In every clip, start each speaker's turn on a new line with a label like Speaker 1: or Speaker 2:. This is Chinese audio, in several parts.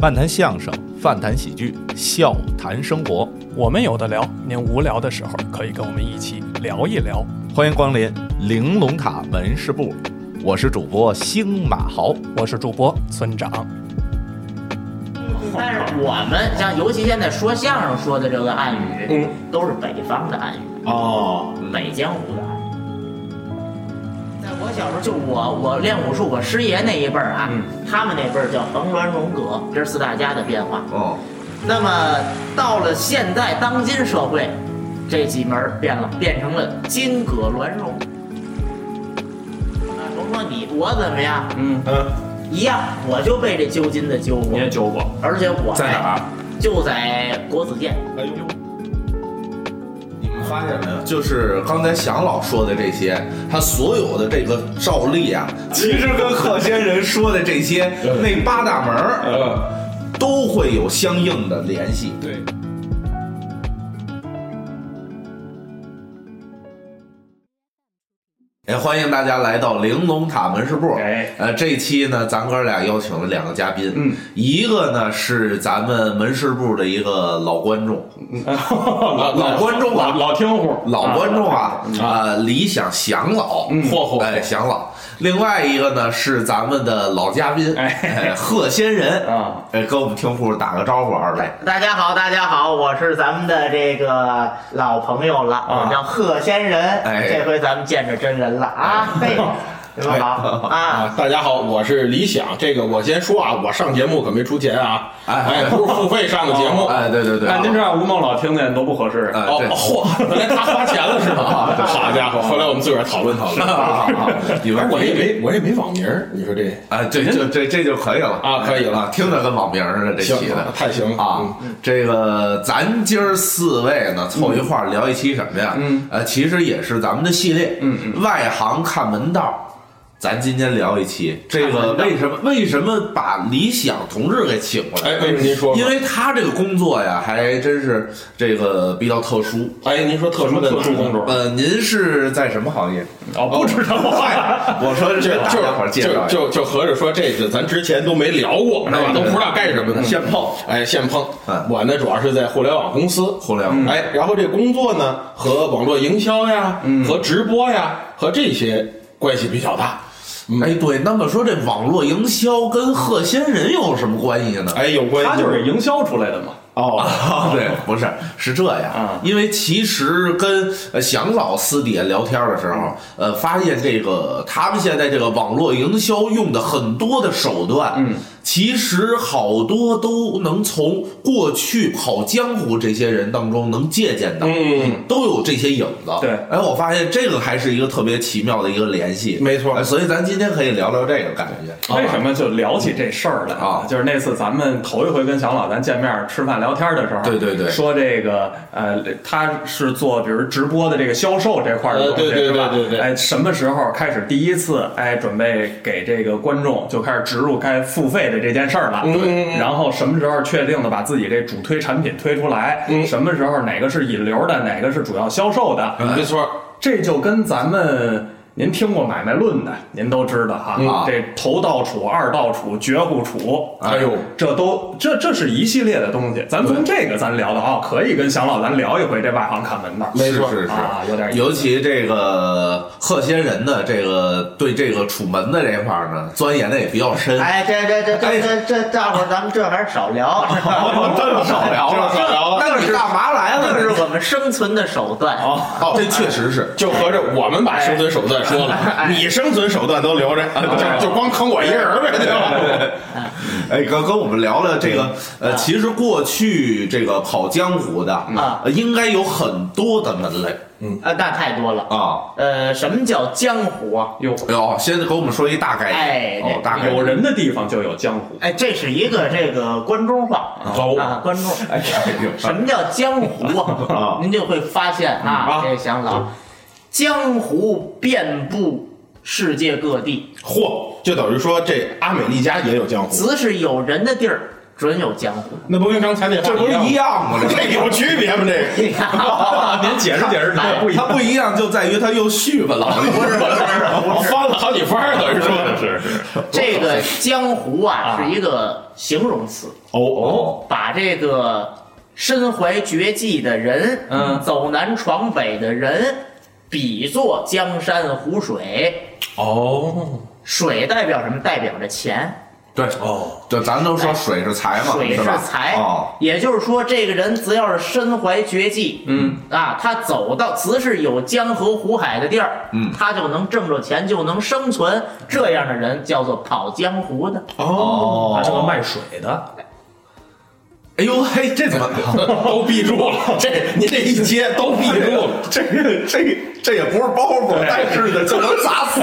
Speaker 1: 漫谈相声，饭谈喜剧，笑谈生活。
Speaker 2: 我们有的聊，您无聊的时候可以跟我们一起聊一聊。
Speaker 1: 欢迎光临玲珑塔门市部，我是主播星马豪。
Speaker 2: 我是主播村长，
Speaker 3: 但是我们像尤其现在说相声说的这个暗语，都是北方的暗语，
Speaker 4: 哦，
Speaker 3: 北江湖的暗语。在我小时候，就我我练武术，我师爷那一辈儿啊，他们那辈儿叫横峦荣格，这是四大家的变化。
Speaker 4: 哦，
Speaker 3: 那么到了现在当今社会，这几门儿变了，变成了金葛峦荣。啊，甭说你我怎么样，
Speaker 4: 嗯嗯，
Speaker 3: 一样，我就被这揪筋的揪过
Speaker 4: 你，也揪过，
Speaker 3: 而且我
Speaker 4: 在哪儿？啊
Speaker 3: 就在国子监。
Speaker 4: 哎呦，你们发现没有？就是刚才祥老说的这些，他所有的这个照例 啊，其实跟贺仙人说的这 些那八大门儿，都会有相应的联系。嗯对，也哎欢迎大家来到玲珑塔门市部。
Speaker 5: 哎
Speaker 4: 呃，这期呢，咱哥俩邀请了两个嘉宾，
Speaker 5: 嗯，
Speaker 4: 一个呢是咱们门市部的一个老观众，
Speaker 5: 老
Speaker 4: 老观众啊
Speaker 5: 老老听户，
Speaker 4: 老观众啊，
Speaker 5: 啊
Speaker 4: 啊，理想祥老，
Speaker 5: 嗯嚯嚯嚯
Speaker 4: 哎，祥老。另外一个呢是咱们的老嘉宾，
Speaker 5: 哎
Speaker 4: 哎，贺仙人，
Speaker 5: 啊，
Speaker 4: 哎，跟我们听户打个招呼，二位。
Speaker 3: 大家好，大家好，我是咱们的这个老朋友了，
Speaker 5: 啊
Speaker 3: 我叫贺仙人。
Speaker 4: 哎
Speaker 3: 这回咱们见着真人了啊！嘿，你们好
Speaker 4: 哎
Speaker 3: 啊！
Speaker 6: 啊，大家好，我是李想。这个我先说啊，我上节目可没出钱啊，
Speaker 4: 哎
Speaker 6: 哎，不是付费上的节目。
Speaker 4: 哎，对对对，
Speaker 5: 那您这样吴孟老听见多不合适。
Speaker 4: 哎，
Speaker 6: 哦
Speaker 4: 对，，
Speaker 6: 嚯，原来他花钱了是吧？好家伙，后来我们自个儿讨论讨 论。
Speaker 4: 啊啊啊你
Speaker 6: 哎
Speaker 4: 们
Speaker 6: 我这没我这没网名儿，你说这
Speaker 4: 啊，这就这这就可以了
Speaker 6: 啊可以了
Speaker 4: 啊听着跟网名似的这期
Speaker 6: 行
Speaker 4: 的。
Speaker 6: 太行了嗯
Speaker 4: 啊！，这个咱今儿四位呢凑一块儿聊一期什么呀？
Speaker 5: 嗯，
Speaker 4: 呃，其实也是咱们的系列，
Speaker 5: 嗯
Speaker 4: 嗯，外行看门道。咱今天聊一期这个为什么为什么把李想同志给请过来？
Speaker 6: 哎，为什么您说？
Speaker 4: 因为他这个工作呀，还真是这个比较特殊。
Speaker 6: 哎，您说特殊的嗯
Speaker 5: 什么特殊工种
Speaker 4: 呃，您是在什么行 业？
Speaker 5: 哦，不知道啊。
Speaker 4: 我说
Speaker 6: 就
Speaker 4: 这大家伙儿介绍
Speaker 6: 就
Speaker 4: 一下。哎
Speaker 6: 就就合着说这个咱之前都没聊过，是吧？都不知道干什么的，现碰。哎，现碰
Speaker 4: 嗯。
Speaker 6: 我呢主要是在互联网公司，
Speaker 4: 互联网
Speaker 6: 哎，然后这工作呢和网络营销呀，
Speaker 4: 嗯
Speaker 6: 和直播呀，和这些关系比较大。嗯
Speaker 4: 哎，对，那么说这网络营销跟贺仙人有什么关系呢？
Speaker 6: 哎，有关系。
Speaker 5: 他就是营销出来的嘛。
Speaker 4: 哦，对，不是，是这样
Speaker 5: 啊，
Speaker 4: 因为其实跟呃祥老私底下聊天的时候，呃，发现这个他们现在这个网络营销用的很多的手段，嗯，其实好多都能从过去跑江湖这些人当中能借鉴到，
Speaker 6: 嗯，
Speaker 4: 都有这些影子。
Speaker 5: 对
Speaker 4: 哎，我发现这个还是一个特别奇妙的一个联系，
Speaker 6: 没错
Speaker 4: 哎所以咱今天可以聊聊这个感觉。
Speaker 5: 为什么就聊起这事儿来
Speaker 4: 啊
Speaker 5: 就是那次咱们头一回跟小老咱见面吃饭聊天的时候，
Speaker 4: 对对对
Speaker 5: 说这个呃，他是做比如直播的这个销售这块儿的
Speaker 6: 呃
Speaker 5: 东西，
Speaker 6: 对对
Speaker 5: 是吧
Speaker 6: 对对对
Speaker 5: 哎，什么时候开始第一次哎准备给这个观众就开始植入该付费的这件事儿
Speaker 6: 嗯
Speaker 5: 了？对。然后什么时候确定的把自己这主推产品推出来？嗯。什么时候哪个是引流的，哪个是主要销售的？
Speaker 4: 啊
Speaker 6: 没错。
Speaker 5: 这就跟咱们您听过《买卖论》的，您都知道哈，
Speaker 4: 嗯
Speaker 5: 这头道处、二道处、绝户处，
Speaker 6: 哎呦，
Speaker 5: 这都这这是一系列的东西。咱从这个咱聊到啊，可以跟祥老咱聊一回这外行看门道，
Speaker 6: 没错
Speaker 4: 是是是
Speaker 5: 啊，有点意思
Speaker 4: 尤其这个贺仙人呢，这个对这个楚门的这块儿呢，钻研的也比较深。
Speaker 3: 哎，这这这这这这，大伙儿咱们这还是少 聊，
Speaker 4: 哦这么少聊了，
Speaker 6: 少哦聊啊了
Speaker 4: 那你干嘛来
Speaker 3: 这
Speaker 4: 了？
Speaker 3: 是我们生存的手段。
Speaker 4: 哦，这确实是。
Speaker 6: 就合着我们把生存手段说了，你生存手段都留着，就就光坑我一人儿呗，对吧？
Speaker 4: 哎，哥，跟我们聊聊这个，呃，其实过去这个跑江湖的
Speaker 3: 啊，
Speaker 4: 呃应该有很多的门类
Speaker 3: 呃，那太多了。
Speaker 4: 啊。
Speaker 3: 呃，什么叫江湖啊？
Speaker 5: 有
Speaker 4: 哟，先给我们说一大概
Speaker 3: 哎
Speaker 4: 念，哦，大概
Speaker 5: 有人的地方就有江湖，
Speaker 3: 哎，这是一个这个关中话
Speaker 6: 好
Speaker 3: 啊，关中。
Speaker 4: 哎呦
Speaker 3: 什么叫江湖
Speaker 4: 啊
Speaker 3: 啊？您就会发现啊
Speaker 6: 啊，
Speaker 3: 这个祥老，江湖遍布世界各地，
Speaker 6: 嚯，就等于说这阿美利加也有江湖，
Speaker 3: 只是有人的地儿，准有江湖。
Speaker 6: 那不跟刚才那
Speaker 4: 这不是一样吗？这
Speaker 6: 这有区别吗？这个
Speaker 5: 您解释解释，这不一
Speaker 4: 它
Speaker 5: 样。
Speaker 4: 不一样就在于它又续吧了。
Speaker 6: 不是不是，我翻了好几番儿，等于说
Speaker 5: 是是是，
Speaker 3: 这个江湖啊
Speaker 5: 啊
Speaker 3: 是一个形容词，
Speaker 6: 哦哦，
Speaker 3: 把这个身怀绝技的人，
Speaker 5: 嗯
Speaker 3: 走南闯北的人，比作江山湖水。
Speaker 5: 哦，
Speaker 3: 水代表什么？代表着钱，
Speaker 7: 对，
Speaker 5: 哦，
Speaker 7: 就咱都说水是财嘛，
Speaker 3: 水
Speaker 7: 是吧？
Speaker 3: 财。
Speaker 7: 哦，
Speaker 3: 也就是说，这个人只要是身怀绝技，
Speaker 5: 嗯
Speaker 3: 啊，他走到只是有江河湖海的地儿，
Speaker 7: 嗯
Speaker 3: 他就能挣着钱，就能生存。这样的人叫做跑江湖的。
Speaker 7: 哦
Speaker 5: 他是个卖水的，
Speaker 7: 哎呦嘿，这怎么？
Speaker 6: 都闭 住了，这您这一接都闭住了，
Speaker 7: 这个这个这也不是包袱，但是呢就能砸死，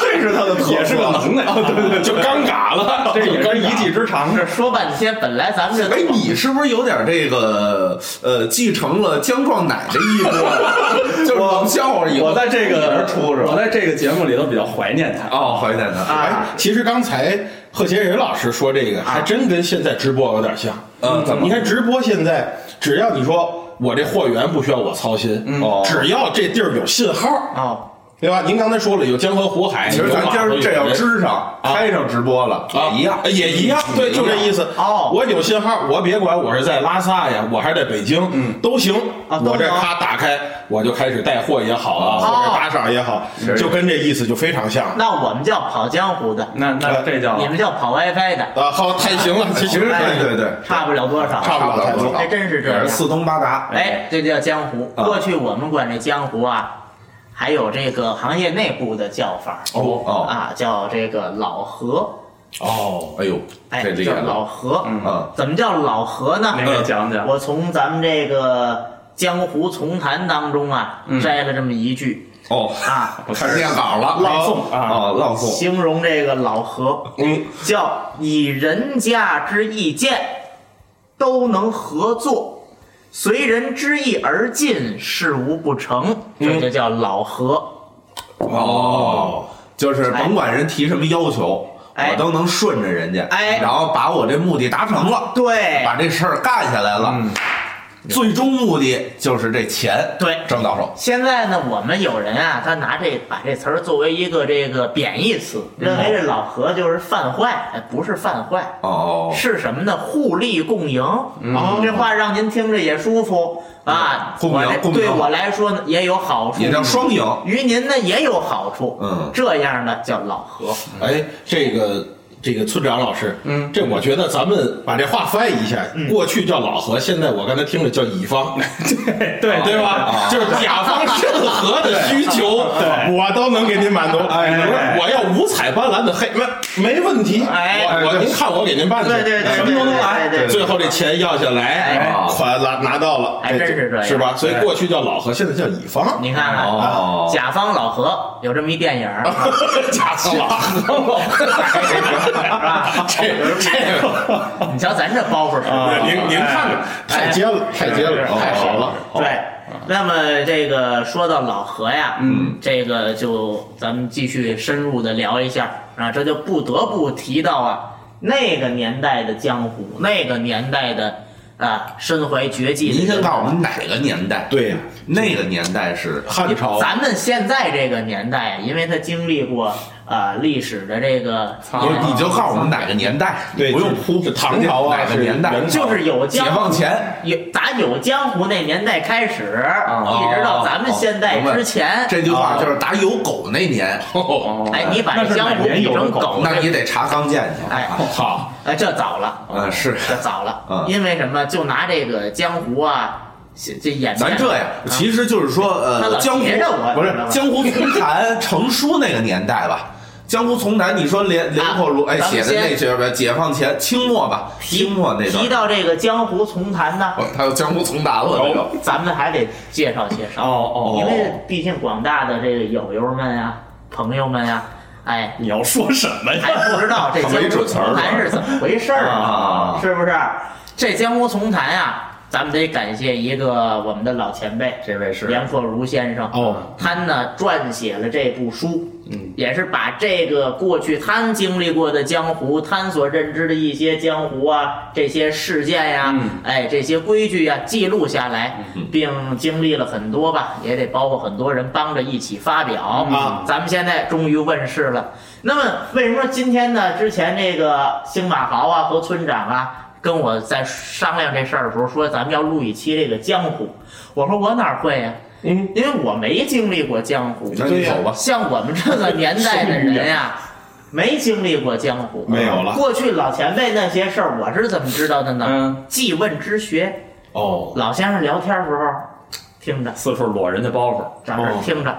Speaker 7: 这是他的特色，
Speaker 5: 也是个能耐，对对，
Speaker 6: 就尴尬了，
Speaker 5: 这也是一技之长，这
Speaker 3: 说半天，本来咱们这
Speaker 7: 哎，你是不是有点这个呃，继承了姜撞奶的衣钵了？就是冷笑话以后
Speaker 5: 我在这
Speaker 7: 也
Speaker 5: 个
Speaker 7: 是出是吧
Speaker 5: 我在这个节目里头比较怀念他。
Speaker 7: 哦，怀念他
Speaker 3: 啊
Speaker 7: 哎，
Speaker 6: 其实刚才贺杰仁老师说这个，还真跟现在直播有点像。
Speaker 7: 啊嗯怎么
Speaker 6: 你看直播现在，只要你说我这货源不需要我操心，
Speaker 7: 哦
Speaker 6: 只要这地儿有信号，
Speaker 3: 哦，
Speaker 6: 对吧？您刚才说了，有江河湖海，
Speaker 7: 其实咱今儿这要
Speaker 6: 知
Speaker 7: 支上
Speaker 6: 啊
Speaker 7: 开上直播了
Speaker 6: 啊，
Speaker 7: 也一样，嗯
Speaker 6: 也一样，对，就这意思。
Speaker 3: 哦
Speaker 6: 我有信号，我别管我是在拉萨呀，我还是在北京，嗯，都行。
Speaker 3: 啊都
Speaker 6: 我这
Speaker 3: 行
Speaker 6: 咔打开，我就开始带货也好啊，
Speaker 3: 哦
Speaker 6: 或者打赏也好，就跟这意思就非常像了。
Speaker 3: 那我们叫跑江湖的，
Speaker 5: 那那
Speaker 6: 呃
Speaker 5: 这叫
Speaker 3: 你们叫跑 WiFi 的，哎
Speaker 6: 啊，好，太行了，其
Speaker 7: 哦其实
Speaker 6: 实
Speaker 7: 哎对对对，
Speaker 3: 差不了多少。
Speaker 6: 差不了太
Speaker 7: 多
Speaker 6: 多
Speaker 7: 少，
Speaker 3: 还真是这
Speaker 7: 也
Speaker 3: 样
Speaker 7: 是四通八达。
Speaker 3: 哎，这叫江湖。
Speaker 7: 啊
Speaker 3: 过去我们管这江湖啊，还有这个行业内部的叫法儿
Speaker 7: 哦哦
Speaker 3: 啊，叫这个老何。
Speaker 6: 哦，
Speaker 7: 哎呦，
Speaker 3: 哎，
Speaker 7: 这厉
Speaker 3: 叫
Speaker 7: 害了
Speaker 3: 老何。
Speaker 7: 啊！
Speaker 3: 怎么叫老何呢？
Speaker 5: 您给讲讲
Speaker 3: 我从咱们这个江湖丛谈当中啊摘了这么一句
Speaker 7: 哦，
Speaker 3: 啊，
Speaker 7: 开始念稿了，
Speaker 3: 朗诵
Speaker 7: 啊，哦朗诵。
Speaker 3: 形容这个老何，
Speaker 6: 嗯，
Speaker 3: 叫以人家之意见，都能合作，随人之意而进，事无不成，这就叫老何。
Speaker 7: 哦，就是甭管人提什么要求，
Speaker 3: 哎
Speaker 7: 我都能顺着人家，
Speaker 3: 哎
Speaker 7: 然后把我这目的达成了，
Speaker 3: 对
Speaker 7: 把这事儿干下来了，
Speaker 3: 嗯
Speaker 7: 最终目的就是这钱，
Speaker 3: 对
Speaker 7: 挣到手。
Speaker 3: 现在呢，我们有人啊，他拿这把这词儿作为一个这个贬义词，认为这老何就是犯坏，哎不是犯坏，
Speaker 7: 哦，
Speaker 3: 是什么呢？互利共赢。哦，这话让您听着也舒服啊。
Speaker 7: 共赢
Speaker 3: 我来
Speaker 7: 共赢
Speaker 3: 对我来说呢也有好处，
Speaker 7: 也叫双赢。
Speaker 3: 于您呢也有好处。
Speaker 7: 嗯
Speaker 3: 这样呢叫老何。
Speaker 6: 哎，这个这个村长老师，嗯，这我觉得咱们把这话翻译一下，
Speaker 3: 嗯
Speaker 6: 过去叫老何，现在我刚才听着叫乙方，
Speaker 5: 对 对
Speaker 6: 对吧？就是甲方任何的需求，我都能给您满足。哎，我要五彩斑斓的黑，没没问题。
Speaker 3: 哎
Speaker 6: 我我您看我给您办去，
Speaker 3: 对对对，
Speaker 6: 什么都能来。
Speaker 3: 对对对
Speaker 6: 最后这钱要下来
Speaker 7: 哎，
Speaker 6: 款拿拿到了，
Speaker 3: 还真是这样
Speaker 6: 是吧？所以过去叫老何，现在叫乙方。
Speaker 3: 你看看
Speaker 7: 哦
Speaker 3: 啊，甲方老何有这么一电影 儿，
Speaker 6: 甲方老何，这这个，
Speaker 3: 你瞧咱这包袱是不
Speaker 5: 啊
Speaker 3: 是？
Speaker 6: 哦您您看看，太尖了，太尖了，太好了。
Speaker 3: 对，那么这个说到老何呀，嗯，这个就咱们继续深入的聊一下啊，这就不得不提到啊，那个年代的江湖，那个年代的啊，身怀绝技的人。
Speaker 7: 您先告诉我们哪个年代？，
Speaker 6: 对呀，
Speaker 7: 那个年代是
Speaker 6: 汉朝
Speaker 3: 咱们现在这个年代，啊因为他经历过啊历史的这个，
Speaker 7: 不是，你就告诉我们哪个年代，
Speaker 6: 对
Speaker 7: 不用铺
Speaker 6: 是唐朝啊
Speaker 7: 哪个年代
Speaker 6: 是？元朝
Speaker 3: 就是有
Speaker 7: 解
Speaker 3: 江湖
Speaker 7: 放前，
Speaker 3: 有打有江湖那年代开始，
Speaker 7: 哦
Speaker 3: 一直到咱们现在之前，啊
Speaker 7: 这句话就是打有狗那年，
Speaker 5: 哦
Speaker 3: 哎，你把这江湖比成狗，
Speaker 7: 那你得查钢剑去。
Speaker 3: 哎，
Speaker 6: 好，
Speaker 3: 哎，这早了，
Speaker 7: 嗯，
Speaker 6: 哎
Speaker 7: 是。
Speaker 3: 这早了，
Speaker 7: 嗯
Speaker 3: 因为什么？就拿这个江湖啊，这这演变啊
Speaker 7: 咱这样，
Speaker 6: 啊
Speaker 7: 其实就是说，
Speaker 3: 他
Speaker 7: 呃，
Speaker 3: 老
Speaker 7: 江湖
Speaker 3: 斜着我
Speaker 7: 不是
Speaker 3: 知道吗
Speaker 7: 江湖丛谈成书那个年代吧？江湖丛谈，你说连连阔如哎
Speaker 3: 啊咱
Speaker 7: 写
Speaker 3: 们
Speaker 7: 的那
Speaker 3: 先
Speaker 7: 些吧，解放前清末吧，
Speaker 3: 提
Speaker 7: 清末那
Speaker 3: 提
Speaker 7: 段，
Speaker 3: 到这个江湖丛谈呢，
Speaker 7: 哦还有江湖丛谈了，这
Speaker 6: 哦
Speaker 7: 个
Speaker 3: 咱们还得介绍介
Speaker 5: 哦
Speaker 3: 绍，
Speaker 5: 哦，
Speaker 3: 因为毕竟广大的这个友友们呀、朋友们呀，哎，
Speaker 5: 你要说什么呀？
Speaker 3: 还不知 道这江湖丛谈是怎么回事儿
Speaker 7: 啊
Speaker 3: 是不是？这江湖丛谈呀，啊咱们得感谢一个我们的老前辈，
Speaker 5: 这位是
Speaker 3: 袁克如先生
Speaker 6: 哦，
Speaker 3: 他呢撰写了这部书，嗯，也是把这个过去他经历过的江湖，他所认知的一些江湖啊，这些事件呀、哎，这些规矩呀、记录下来，并经历了很多吧，也得包括很多人帮着一起发表啊。咱们现在终于问世了。那么为什么今天呢？之前这个星马豪啊和村长啊。跟我在商量这事儿的时候说，咱们要录一期这个江湖。我说我哪会呀、嗯，因为我没经历过江湖。
Speaker 7: 那你走吧。
Speaker 3: 像我们这个年代的人 呀、没经历过江湖，
Speaker 6: 没有了
Speaker 3: 过去老前辈那些事儿，我是怎么知道的呢？
Speaker 5: 嗯，
Speaker 3: 记问之学，
Speaker 7: 哦，
Speaker 3: 老先生聊天时候听着，
Speaker 5: 四处裸人家包袱，
Speaker 3: 长
Speaker 7: 哦
Speaker 3: 这儿听着，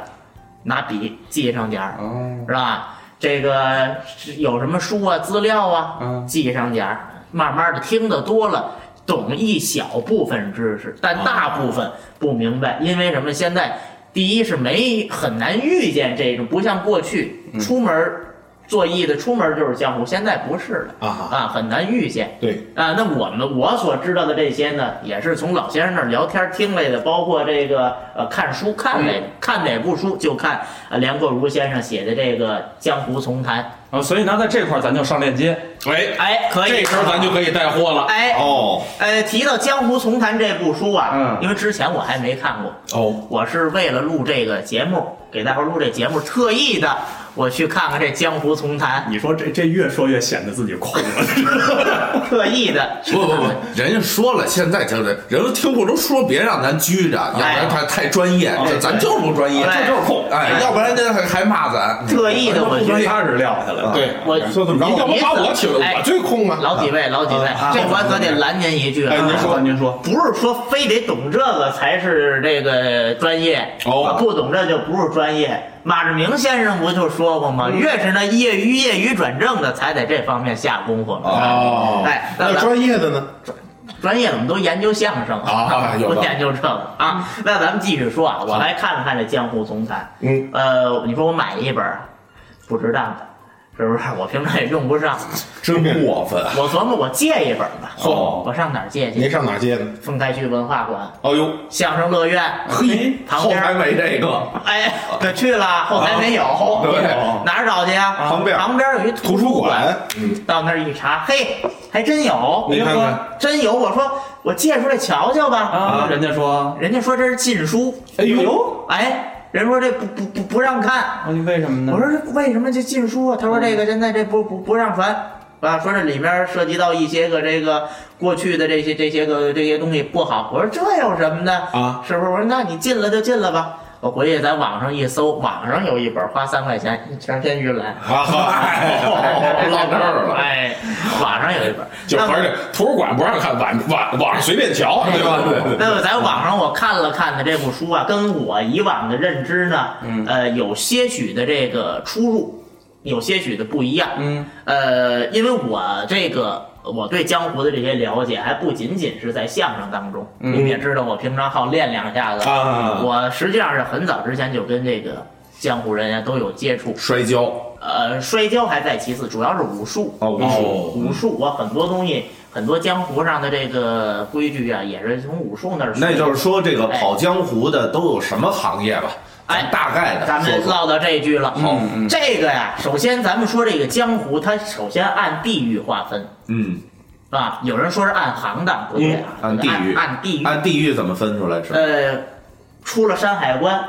Speaker 3: 拿笔记上点儿，
Speaker 5: 哦
Speaker 3: 是吧？这个是有什么书啊、资料啊，记上点儿，慢慢的听得多了。懂一小部分知识，但大部分不明白，因为什么？现在第一是没很难遇见这种，不像过去出门儿做艺的，出门儿就是江湖，现在不是了
Speaker 6: 啊
Speaker 3: 啊，很难遇见。
Speaker 6: 对，
Speaker 3: 啊，那我们我所知道的这些呢，也是从老先生那儿聊天听来的，包括这个呃看书看来的，
Speaker 6: 嗯
Speaker 3: 看哪部书就看呃梁国如先生写的这个《江湖丛谈
Speaker 5: 啊，所以呢，在这块儿咱就上链接，
Speaker 6: 哎》。，
Speaker 3: 哎，可以，
Speaker 6: 这时候咱就可以带货了。
Speaker 3: 哎
Speaker 6: 哦
Speaker 3: 呃提到《江湖丛谈》这部书啊，
Speaker 5: 嗯
Speaker 3: 因为之前我还没看过，
Speaker 6: 哦，
Speaker 3: 我是为了录这个节目，给大伙儿录这节目，特意的我去看看这《江湖丛谈
Speaker 5: 你说这这越说越显得自己空 了，》，
Speaker 3: 特意的去
Speaker 7: 不不
Speaker 3: 看
Speaker 7: 不
Speaker 3: 看，
Speaker 7: 人家说了，现在就是人都听不都说，别让咱拘着，要不然他太专业，这咱就是不专业，
Speaker 3: 哎
Speaker 7: 这就是空，哎，
Speaker 3: 哎
Speaker 7: 要不然人家还还骂咱。
Speaker 3: 特意的我去
Speaker 5: 不踏实撂下来了。啊
Speaker 6: 对，
Speaker 3: 我
Speaker 6: 啊说怎么着？要不把我请，
Speaker 3: 哎
Speaker 6: 我最空啊。
Speaker 3: 老几位，老几位，这我可得拦您一句啊！
Speaker 6: 哎您说
Speaker 5: 您说，
Speaker 3: 不是说非得懂这个才是这个专业，
Speaker 6: 哦
Speaker 3: 不懂这就不是专业。马志明先生不就说过
Speaker 6: 嗯
Speaker 3: 吗？越是那业余业余转正的，才在这方面下功夫。
Speaker 6: 哦，
Speaker 3: 哎那
Speaker 6: 那
Speaker 3: 咱
Speaker 6: 专业的呢？
Speaker 3: 专业怎么都研究相声
Speaker 6: 啊有
Speaker 3: 都
Speaker 6: 道理嗯
Speaker 3: 研究这个啊。那咱们继续说啊，我来看了看这《江湖丛谈》。嗯，呃，你说我买一本儿，不值当的，是不是？我平常也用不上。
Speaker 6: 真过分！
Speaker 3: 我琢磨，我借一本儿吧。
Speaker 6: 嚯
Speaker 3: 我上哪儿借
Speaker 6: 您
Speaker 3: 去？
Speaker 6: 上哪儿接呢？
Speaker 3: 丰台区文化馆、
Speaker 6: 哦呦，
Speaker 3: 相声乐院，
Speaker 6: 嘿，
Speaker 3: 旁边
Speaker 7: 后台没这个，
Speaker 3: 哎，可去了，后台没有，
Speaker 6: 啊对
Speaker 3: 哪儿找去啊？
Speaker 6: 旁边
Speaker 3: 旁边有一
Speaker 6: 图
Speaker 3: 书
Speaker 6: 书馆，
Speaker 3: 到那儿一查，嘿，还真有，
Speaker 6: 您看看，
Speaker 3: 真有。我说我借出来瞧瞧吧，
Speaker 5: 啊，人家说，
Speaker 3: 人家说这是禁书，
Speaker 6: 哎呦，
Speaker 3: 哎，人说这不不不不让看，
Speaker 5: 啊为什么呢？嗯
Speaker 3: 我说这为什么这禁书啊？他说这个现在这不不不让传。啊，说这里面涉及到一些个这个过去的这些这些个这些东西不好。我说这有什么的
Speaker 6: 啊？
Speaker 3: 是不是？我说那你进了就进了吧。我回去在网上一搜，网上有一本，花三块钱，一天天预览。
Speaker 6: 啊
Speaker 7: 哎落这儿了。
Speaker 3: 哎，网上有一本，
Speaker 6: 就合着图书馆不让看，网网网上随便瞧，对吧？对
Speaker 3: 那么在网上我看了看的这部书啊，跟我以往的认知呢，呃，有些许的这个出入，有些许的不一样。嗯，呃，因为我这个我对江湖的这些了解，还不仅仅是在相声当中。你们也知道，我平常好练两下子。
Speaker 6: 啊
Speaker 3: 我实际上是很早之前就跟这个江湖人呀啊都有接触。
Speaker 7: 摔跤
Speaker 3: 呃，摔跤还在其次，主要是武术。
Speaker 7: 哦，武术
Speaker 3: 武术，我很多东西，很多江湖上的这个规矩啊，也是从武术那儿学的。
Speaker 7: 那就是说，这个跑江湖的都有什么行业吧？
Speaker 3: 哎
Speaker 7: 咱大概的
Speaker 3: 咱
Speaker 7: 说嗯
Speaker 3: 们
Speaker 7: 说。
Speaker 3: 唠到这一句了。
Speaker 7: 好
Speaker 3: 这个呀，首先咱们说这个江湖，它首先按地域划分，
Speaker 7: 嗯，
Speaker 3: 啊，有人说是按行当，不对啊，
Speaker 7: 按地域
Speaker 3: 按地域，
Speaker 7: 按地域怎么分出来是吧？
Speaker 3: 呃，出了山海关，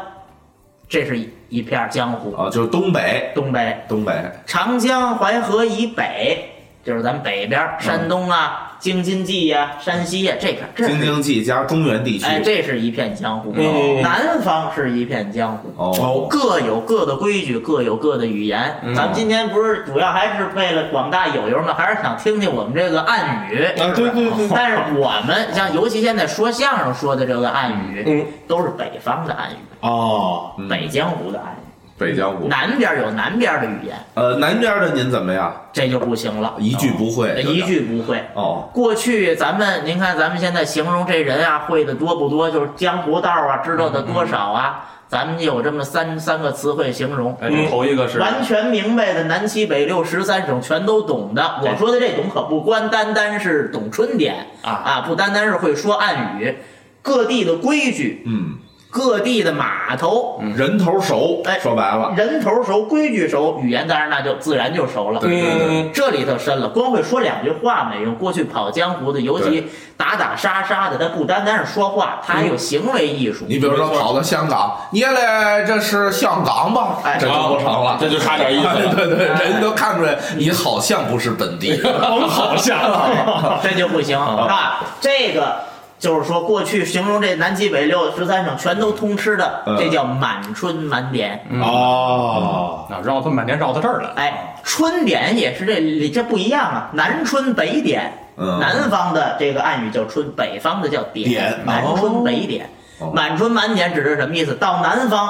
Speaker 3: 这是一一片江湖，
Speaker 7: 啊，就是东北，
Speaker 3: 东北
Speaker 7: 东北
Speaker 3: 长江淮河以北。就是咱们北边
Speaker 7: 嗯
Speaker 3: 儿，山东啊、京津冀呀、山西呀、这片，这
Speaker 7: 京
Speaker 3: 是
Speaker 7: 津冀加中原地区。
Speaker 3: 哎，这是一片江湖。
Speaker 6: 嗯
Speaker 3: 南方是一片江湖，
Speaker 7: 哦，嗯
Speaker 3: 各有各的规矩，各有各的语言。咱们今天不是主要还是为了广大友友们，还是想听听我们这个暗语。
Speaker 6: 啊，对对对，
Speaker 3: 但是我们像，尤其现在说相声说的这个暗语，
Speaker 6: 嗯，
Speaker 3: 都是北方的暗语，
Speaker 6: 哦，
Speaker 7: 嗯
Speaker 3: 北江湖的暗语。
Speaker 7: 北江
Speaker 6: 嗯
Speaker 7: 湖。
Speaker 3: 南边有南边的语言，
Speaker 7: 呃，南边的您怎么样？
Speaker 3: 这就不行了，
Speaker 7: 一句不
Speaker 6: 呃
Speaker 7: 会，
Speaker 3: 一句不会。
Speaker 7: 哦，
Speaker 3: 过去咱们，
Speaker 5: 嗯
Speaker 3: 您看咱们现在形容这人啊，会的多不多？就是江湖道啊，知道的多少啊。咱们有这么三三个词汇形容，
Speaker 5: 哎，
Speaker 6: 嗯
Speaker 5: 这头一个是
Speaker 3: 完全明白的南七北六十三省全都懂的。我说的这懂可不光单单是懂春典
Speaker 5: 啊
Speaker 3: 啊，不单单是会说暗语，各地的规矩，
Speaker 4: 嗯，
Speaker 3: 各地的码头，
Speaker 5: 嗯
Speaker 4: 人头熟
Speaker 3: 哎，
Speaker 4: 说白了，
Speaker 3: 人头熟，规矩熟，语言当然那就自然就熟了。
Speaker 6: 嗯，
Speaker 3: 这里头深了，光会说两句话没用。过去跑江湖的，尤其打打杀杀的，他不单单是说话，他还有行为艺术。
Speaker 4: 你比如说跑到香港，耶嘞，这是香港吧？
Speaker 3: 哎
Speaker 4: 这就不成了。
Speaker 6: 这就差点意 思
Speaker 4: 对对
Speaker 6: 了。
Speaker 4: 对，人都看出来你好像不是本地。
Speaker 5: 甭哦好像
Speaker 3: 这就不行，
Speaker 4: 啊
Speaker 3: 是吧？这个就是说，过去形容这南七北六十三省全都通吃的，
Speaker 4: 嗯
Speaker 3: 这叫满春满典。
Speaker 8: 哦，
Speaker 5: 啊，绕他满天绕到这儿来，
Speaker 3: 哎，春典也是这里这不一样啊，南春北典，
Speaker 4: 嗯
Speaker 3: 南方的这个暗语叫春，北方的叫典
Speaker 4: 典，
Speaker 3: 南春北典。
Speaker 6: 哦
Speaker 3: 满春满典指的是什么意思？到南方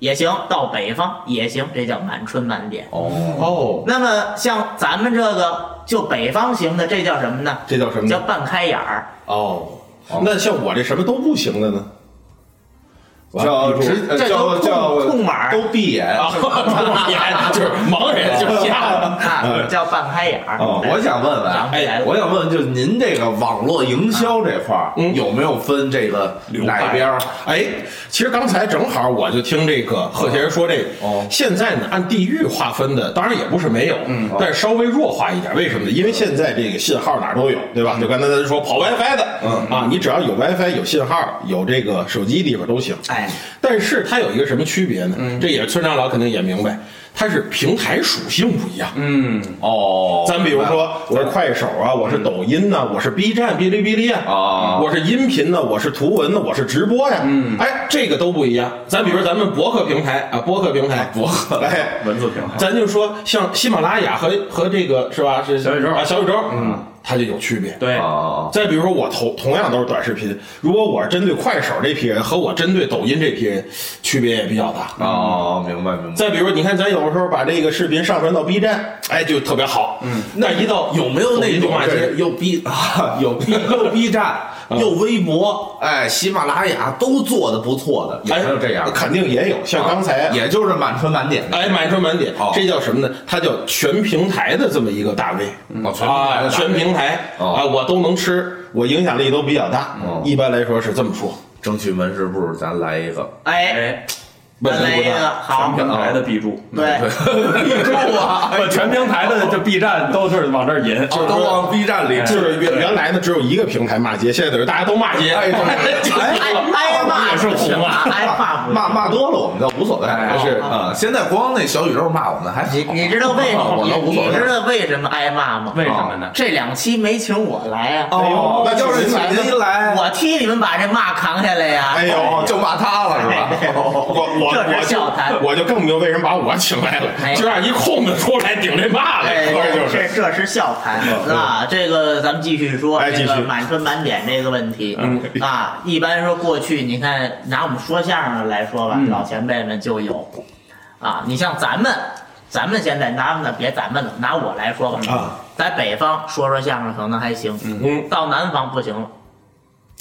Speaker 3: 也行，到北方也行，这叫满春满典。
Speaker 4: 哦，
Speaker 3: 那么像咱们这个就北方行的，这叫什么呢？
Speaker 6: 这叫什么
Speaker 3: 叫
Speaker 6: 呢？
Speaker 3: 半开眼儿。
Speaker 6: 哦，那像我这什么都不行的呢？叫
Speaker 4: 这
Speaker 6: 直呃
Speaker 3: 这
Speaker 6: 叫
Speaker 3: 都
Speaker 6: 叫
Speaker 3: 空空码儿
Speaker 4: 都闭眼。
Speaker 6: 啊， 你还就是盲人就是瞎了。
Speaker 3: 啊，叫半开眼儿。
Speaker 4: 哦，我想问问，
Speaker 7: 啊
Speaker 3: 想起来
Speaker 4: 哎
Speaker 3: 了，
Speaker 4: 我想问问，就您这个网络营销这块儿，有没有分这个哪边儿？啊
Speaker 6: 哎，其实刚才正好我就听这个贺先生说这个，
Speaker 4: 哦
Speaker 6: 现在呢按地域划分的，当然也不是没有，嗯，但是稍微弱化一点。为什么呢？因为现在这个信号哪儿都有，
Speaker 4: 嗯
Speaker 6: 对吧？就刚才咱说跑 WiFi 的，嗯啊，你只要有 WiFi、有信号、有这个手机地方都行。
Speaker 3: 哎，
Speaker 6: 但是它有一个什么区别呢？
Speaker 4: 嗯
Speaker 6: 这也村长老肯定也明白，它是平台属性不一样。
Speaker 5: 嗯，
Speaker 4: 哦，
Speaker 6: 咱比如说，我是快手啊，我是抖音呐、我是 B 站、哔哩哔哩啊，
Speaker 4: 啊
Speaker 6: 我是音频呢，我是图文呢，我是直播呀、嗯，哎，这个都不一样。咱比如咱们博客平台啊，博客平台，博客，哎，
Speaker 5: 文字平台，
Speaker 6: 咱就说像喜马拉雅和和这个是吧？是
Speaker 5: 小宇宙
Speaker 6: 啊，小宇宙，嗯，它就有区别。
Speaker 5: 对，
Speaker 4: 啊，
Speaker 6: 再比如说，我同同样都是短视频，如果我是针对快手这批人和我针对抖音这批人，区别也比较大。
Speaker 4: 哦，明白明白。
Speaker 6: 再比如，你看咱有时候把这个视频上传到 B 站，哎，就特别好。嗯，那一
Speaker 3: 哦
Speaker 6: 到
Speaker 4: 有没有
Speaker 6: 抖
Speaker 4: 那
Speaker 6: 音就
Speaker 4: 种
Speaker 6: 骂街
Speaker 4: 是又 B 啊又 B 又 B 站
Speaker 3: 啊
Speaker 4: 又微博，哎，喜马拉雅都做的不错的，有
Speaker 6: 哎，
Speaker 4: 没有这样的？
Speaker 6: 肯定啊也有，像刚才。
Speaker 4: 也就是满春满点的。
Speaker 6: 哎，满春满点
Speaker 4: 哦，
Speaker 6: 这叫什么呢？它叫全平台的这么一个大 V
Speaker 3: 嗯
Speaker 4: 哦全平台的大
Speaker 6: 啊，
Speaker 4: V
Speaker 6: 全平台
Speaker 4: 哦
Speaker 6: 啊，我都能吃，我影响力都比较大
Speaker 4: 哦。
Speaker 6: 一般来说是这么 说，
Speaker 4: 争取门市部，咱来一个。
Speaker 3: 哎，
Speaker 5: 哎，
Speaker 6: 问
Speaker 3: 来
Speaker 6: 题
Speaker 3: 一
Speaker 6: 不
Speaker 3: 个
Speaker 6: 大。
Speaker 3: 好
Speaker 5: 全，平台的嗯 B 柱，
Speaker 3: 对，
Speaker 6: 哎
Speaker 4: 住啊！
Speaker 5: 不，全平台的这 B 站都是往这儿引，
Speaker 4: 都往 B 站里
Speaker 6: 哎就
Speaker 4: 治。
Speaker 6: 是原原来呢，只有一个平台骂街，现在等于大家都骂街，
Speaker 4: 哎对
Speaker 6: 就是
Speaker 3: 挨挨骂
Speaker 5: 也是红啊
Speaker 3: 挨骂不
Speaker 4: 哎
Speaker 3: 行
Speaker 4: 骂骂多了，我们倒无所谓，
Speaker 5: 哎
Speaker 4: 是
Speaker 3: 哦
Speaker 4: 啊。现在光那小宇宙骂我们还好
Speaker 3: 你你知道为什
Speaker 4: 啊我
Speaker 3: 么？
Speaker 4: 倒无
Speaker 3: 你
Speaker 4: 所
Speaker 3: 你知
Speaker 4: 谓。
Speaker 3: 道为什么挨骂吗？
Speaker 5: 为什么呢？
Speaker 3: 这两期没请我来啊，
Speaker 4: 哦，那要是
Speaker 6: 您来呢
Speaker 4: 请您来，
Speaker 3: 我替你们把这骂扛下来呀。哎
Speaker 6: 哎呦，
Speaker 4: 就骂他了是吧？
Speaker 6: 我我
Speaker 3: 这
Speaker 6: 我
Speaker 3: 是笑谈
Speaker 6: 就我就更明白为什么把我请来
Speaker 3: 哎
Speaker 6: 了，就让一空子出来顶这骂来，
Speaker 3: 哎
Speaker 6: 合着就
Speaker 3: 这
Speaker 6: 是。嗯
Speaker 3: 这是笑谈啊！这个咱们继续说
Speaker 6: 哎
Speaker 3: 这个
Speaker 6: 继续嗯
Speaker 3: 满春满点这个问题啊。一般说过去，你看拿我们说相声的来说吧，
Speaker 6: 嗯
Speaker 3: 老前辈们就有啊。你像咱们，咱们现在拿那别咱们了，拿我来说吧
Speaker 6: 啊，
Speaker 3: 在北方说说相声可能还行，
Speaker 6: 嗯，
Speaker 3: 到南方不行了。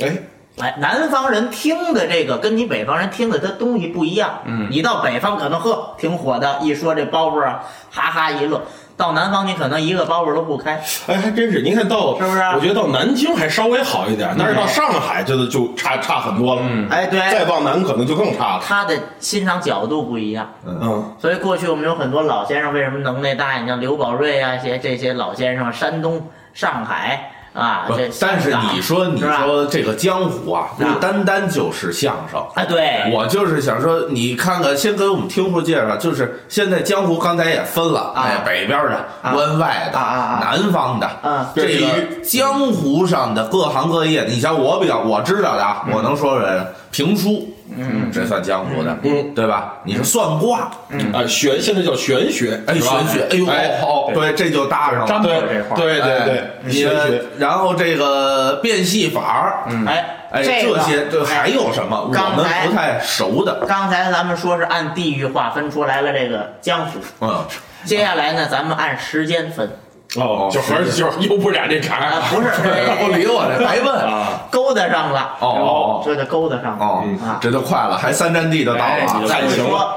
Speaker 6: 哎，
Speaker 3: 哎，南方人听的这个跟你北方人听的它东西不一样。嗯，你到北方可能呵挺火的，一说这包袱啊，哈哈一乐；到南方你可能一个包袱都不开。
Speaker 6: 哎，还真是，您看到
Speaker 3: 是不是
Speaker 6: 我觉得到南京还稍微好一点，但是到上海这就差差很多了。嗯，
Speaker 3: 哎，对，
Speaker 6: 再往南可能就更差了。
Speaker 3: 他的欣赏角度不一样，
Speaker 6: 嗯，
Speaker 3: 所以过去我们有很多老先生为什么能耐大呀？你像刘宝瑞啊，些这些老先生，山东、上海啊，
Speaker 4: 不
Speaker 3: 这
Speaker 4: 是但是
Speaker 3: 香港
Speaker 4: 你说你
Speaker 3: 是吧
Speaker 4: 说这个江湖啊，不
Speaker 3: 啊
Speaker 4: 单单就是相声。
Speaker 3: 啊，对，
Speaker 4: 我就是想说，你看看，先给我们听众介绍，就是现在江湖刚才也分了，
Speaker 3: 啊
Speaker 4: 哎，北边的、关外的、
Speaker 3: 啊啊啊
Speaker 4: 南方的，
Speaker 3: 嗯
Speaker 4: 这个江湖上的各行各业，你像我比较我知道的啊，我能说出来的，评书，嗯，这算江湖的，
Speaker 6: 嗯，
Speaker 4: 对吧？你是算卦，
Speaker 6: 啊，玄现在叫玄学，
Speaker 4: 哎，
Speaker 6: 是吧
Speaker 4: 玄学，哎呦，好，对，这就搭上
Speaker 5: 张
Speaker 4: 了，
Speaker 5: 嘴
Speaker 6: 对
Speaker 5: 这块儿
Speaker 6: 对对
Speaker 4: 哎
Speaker 6: 对，
Speaker 4: 你
Speaker 6: 玄学
Speaker 4: 的。然后这个变戏法，嗯，
Speaker 3: 哎，
Speaker 4: 哎，
Speaker 3: 这
Speaker 4: 这
Speaker 3: 个哎
Speaker 4: 些这还有什么我
Speaker 3: 刚
Speaker 4: 们
Speaker 3: 才
Speaker 4: 不太熟的？
Speaker 3: 刚才咱们说是按地域划分出来了这个江湖，
Speaker 4: 嗯，
Speaker 3: 接下来呢，咱们按时间分。
Speaker 6: 哦，就合着就是又不染这茬
Speaker 3: 啊
Speaker 6: 儿，
Speaker 3: 不 是，
Speaker 4: 不理我这白问啊！
Speaker 3: 勾搭上了，
Speaker 4: 哦
Speaker 3: 这就勾搭上了
Speaker 4: 哦
Speaker 3: 啊，。
Speaker 4: 这就快了，还三站地就到
Speaker 5: 哎
Speaker 4: 了，
Speaker 5: 你就
Speaker 4: 太
Speaker 3: 我
Speaker 4: 行了！
Speaker 3: 说，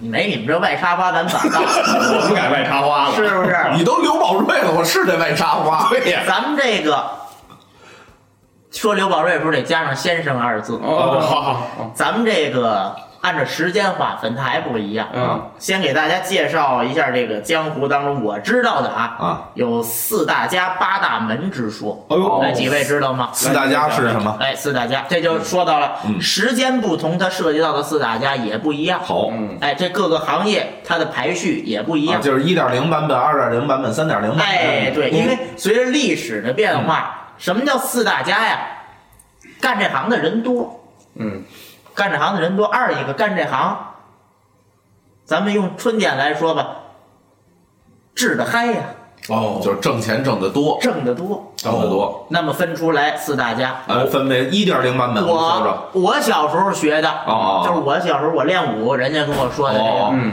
Speaker 3: 没你们这外沙发，咱咋办？
Speaker 5: 我们改外插花了。
Speaker 3: 是不是？
Speaker 4: 你都刘宝瑞了，我是得外插花。对呀，
Speaker 3: 咱们这个说刘宝瑞不是得加上“先生”二字？
Speaker 5: 哦，好好好，
Speaker 3: 咱们这个按照时间划分，它还不一样。
Speaker 5: 嗯，
Speaker 3: 先给大家介绍一下这个江湖当中我知道的啊，
Speaker 4: 啊，
Speaker 3: 有四大家、八大门之说。
Speaker 6: 哎呦
Speaker 3: 那几位知道吗？
Speaker 4: 四大家是嗯什么？
Speaker 3: 哎，四大家，这就说到了、时间不同，它涉及到的四大家也不一样。
Speaker 4: 好，
Speaker 3: 哎，这各个行业它的排序也不一
Speaker 4: 啊
Speaker 3: 样。
Speaker 4: 就是一点零版本、二点零版本、三点零版本。
Speaker 3: 哎，对，
Speaker 4: 嗯
Speaker 3: 因为随着历史的变化，什么叫四大家呀？干这行的人多，
Speaker 5: 嗯，
Speaker 3: 干这行的人多。二一个干这行，咱们用春点来说吧，治得嗨呀，
Speaker 6: 哦
Speaker 4: 嗯就是挣钱挣得多，
Speaker 3: 挣得多。
Speaker 4: 挣得多。
Speaker 3: 那么分出来四大家，
Speaker 4: 呃，分为一点零版本，我们说说
Speaker 3: 我我小时候学的，
Speaker 4: 哦
Speaker 3: 就是我小时候我练武，人家跟我说的这
Speaker 4: 哦
Speaker 3: 个，
Speaker 5: 嗯，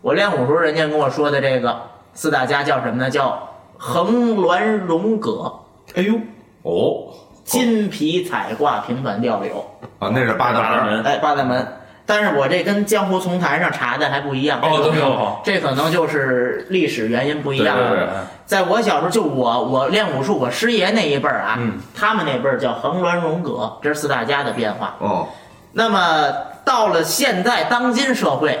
Speaker 3: 我练武时候人家跟我说的这个四大家叫什么呢？叫横峦嵘戈。
Speaker 6: 哎呦，
Speaker 4: 哦
Speaker 3: 金皮彩挂平板吊柳，
Speaker 4: 啊，那是八大
Speaker 5: 大
Speaker 4: 门。
Speaker 5: 门。
Speaker 3: 哎，八大门。但是我这跟江湖丛谈上查的还不一样，
Speaker 5: 哦，对对对，
Speaker 3: 这可能就是历史原因不一样。啊
Speaker 4: 对对对
Speaker 3: 在我小时候，就我我练武术，我师爷那一辈儿啊，
Speaker 5: 嗯
Speaker 3: 他们那辈儿叫横峦嵘戈，这是四大家的变化。
Speaker 4: 哦，
Speaker 3: 那么到了现在当今社会，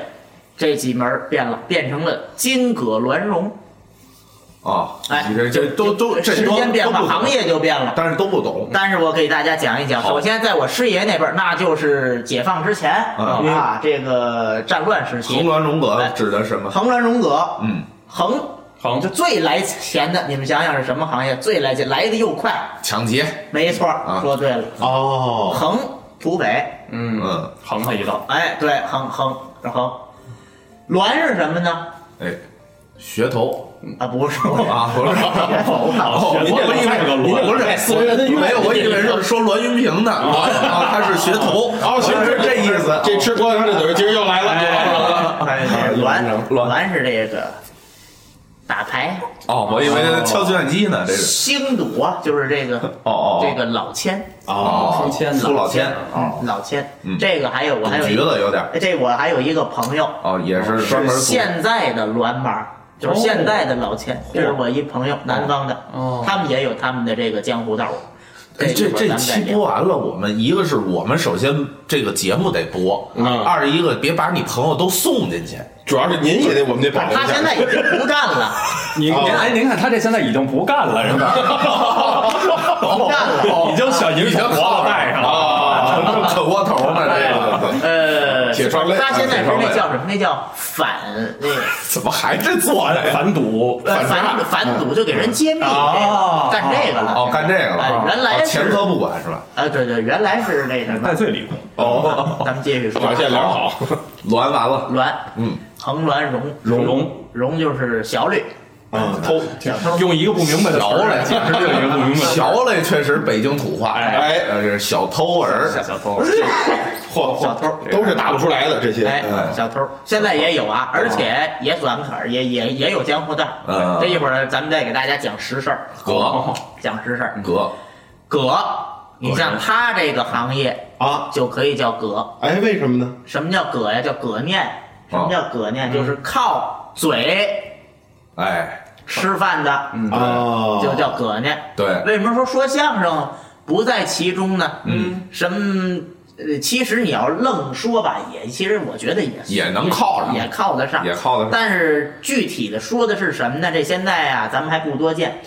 Speaker 3: 这几门儿变了，变成了金戈銮戎。
Speaker 4: 啊，
Speaker 3: 哎
Speaker 4: 你这这都都这
Speaker 3: 时
Speaker 4: 都
Speaker 3: 间变化，
Speaker 4: 都不懂
Speaker 3: 行业就变了。
Speaker 4: 但是都不懂。
Speaker 3: 但是我给大家讲一讲，
Speaker 4: 好
Speaker 3: 首先在我师爷那辈儿，那就是解放之前
Speaker 4: 嗯
Speaker 3: 啊，这个战乱时
Speaker 4: 横
Speaker 3: 期，
Speaker 4: 峦嵘戈指的什么？
Speaker 3: 横峦嵘戈，
Speaker 4: 嗯，
Speaker 3: 横
Speaker 5: 横
Speaker 3: 就最来钱的，你们想想是什么行业最来钱，来的又快？
Speaker 4: 抢劫。
Speaker 3: 没错，说对了，
Speaker 4: 哦，
Speaker 3: 横土匪，
Speaker 5: 嗯，
Speaker 4: 嗯，
Speaker 5: 横了一道，
Speaker 3: 哎，对，横横横，栾是什么呢？
Speaker 4: 哎，噱头
Speaker 3: 啊，不是，
Speaker 4: 啊，不是。
Speaker 3: 头 发，
Speaker 4: 哦，您这我以为您这不
Speaker 5: 哎
Speaker 4: 是四
Speaker 6: 元人
Speaker 4: 没有，我以为是说栾云平呢，啊，他是噱头，
Speaker 6: 哦，行，
Speaker 4: 是
Speaker 6: 这
Speaker 4: 这意思。
Speaker 6: 这吃锅粮这等于今儿又来了，又 来了。
Speaker 3: 哎，这栾栾是这个打牌，
Speaker 4: 哦，我以为敲计算机呢，这是。
Speaker 3: 星赌啊，就是这个
Speaker 4: 哦哦，
Speaker 3: 这个老千，
Speaker 4: 哦，
Speaker 5: 苏千
Speaker 4: 苏老千
Speaker 3: 嗯
Speaker 4: 哦，
Speaker 3: 老千
Speaker 4: 嗯，
Speaker 3: 这个还有我
Speaker 4: 赌
Speaker 3: 还有一
Speaker 4: 局
Speaker 3: 个，
Speaker 4: 了有点。
Speaker 3: 哎这我还有一个朋友
Speaker 4: 哦，也是专门
Speaker 3: 是
Speaker 4: 赌。
Speaker 3: 现在的栾马，就是现在的老千，这是我一朋友，南方的，他们也有他们的这个江湖道儿。
Speaker 4: 哎，这
Speaker 3: 这
Speaker 4: 这期播完了，我们一个是我们首先这个节目得播，
Speaker 6: 嗯
Speaker 4: 二一个别把你朋友都送进去。
Speaker 6: 主要是您也得，我们得保护一下。
Speaker 3: 他现在已经不干了，
Speaker 5: 您您哎，您看他这现在已经不干了，人
Speaker 3: 不干了。
Speaker 5: 已经小银
Speaker 4: 经
Speaker 5: 火了带上了。
Speaker 4: 啊，
Speaker 6: 哦
Speaker 4: 正 啃窝头呢，这
Speaker 6: 哎
Speaker 4: 个
Speaker 3: 呃，
Speaker 6: 铁窗泪
Speaker 3: 他现在是
Speaker 6: 铁窗
Speaker 3: 那
Speaker 6: 泪
Speaker 3: 叫什么？那叫反那个
Speaker 4: 怎么还是做这个？
Speaker 5: 反赌，
Speaker 3: 呃反反赌，就给人揭秘这个
Speaker 5: 哦
Speaker 3: 干这个了。
Speaker 4: 哦，干这个了
Speaker 3: 哎，原来
Speaker 4: 哦
Speaker 3: 是
Speaker 4: 前科不管是吧？
Speaker 3: 啊，对对，原来是那什么
Speaker 5: 戴。罪立功。
Speaker 4: 哦，
Speaker 3: 咱们继续说，
Speaker 6: 表现良好，
Speaker 4: 栾完了，
Speaker 3: 栾，
Speaker 4: 嗯，
Speaker 3: 横栾戎，
Speaker 5: 荣
Speaker 3: 戎就是小吕，
Speaker 6: 嗯，偷，
Speaker 3: 小偷，
Speaker 5: 用一个不明白的词儿来解释另一个不明白的词儿。
Speaker 4: 小磊确实北京土话，
Speaker 5: 哎
Speaker 4: 呃，这是小偷儿，
Speaker 5: 小偷，
Speaker 6: 嚯，
Speaker 3: 小偷
Speaker 6: 都
Speaker 5: 哎
Speaker 6: 是打不出来的这些。嗯
Speaker 3: 哎，小偷，现在也有啊，而且也转坎儿，也也也有江湖道儿。
Speaker 4: 嗯
Speaker 3: 这一会儿咱们再给大家讲实事儿，
Speaker 4: 葛
Speaker 3: 讲实事儿。
Speaker 4: 葛
Speaker 6: 哦
Speaker 3: 葛，你像他这个行业
Speaker 6: 啊，
Speaker 3: 就可以叫葛，
Speaker 6: 哎，为什么呢？啊
Speaker 3: 什么叫葛呀？叫葛念。什么叫葛念？
Speaker 6: 嗯
Speaker 3: 就是靠嘴
Speaker 4: 哎，
Speaker 3: 吃饭的，
Speaker 6: 啊，
Speaker 3: 就叫葛念。
Speaker 4: 对，
Speaker 3: 为什么说说相声不在其中呢？嗯，什么？呃，其实你要愣说吧，也其实我觉得也
Speaker 4: 也能靠上
Speaker 3: 也靠得上，
Speaker 4: 也靠得上
Speaker 3: 但是具体的说的是什么呢？这现在啊，咱们还不多见。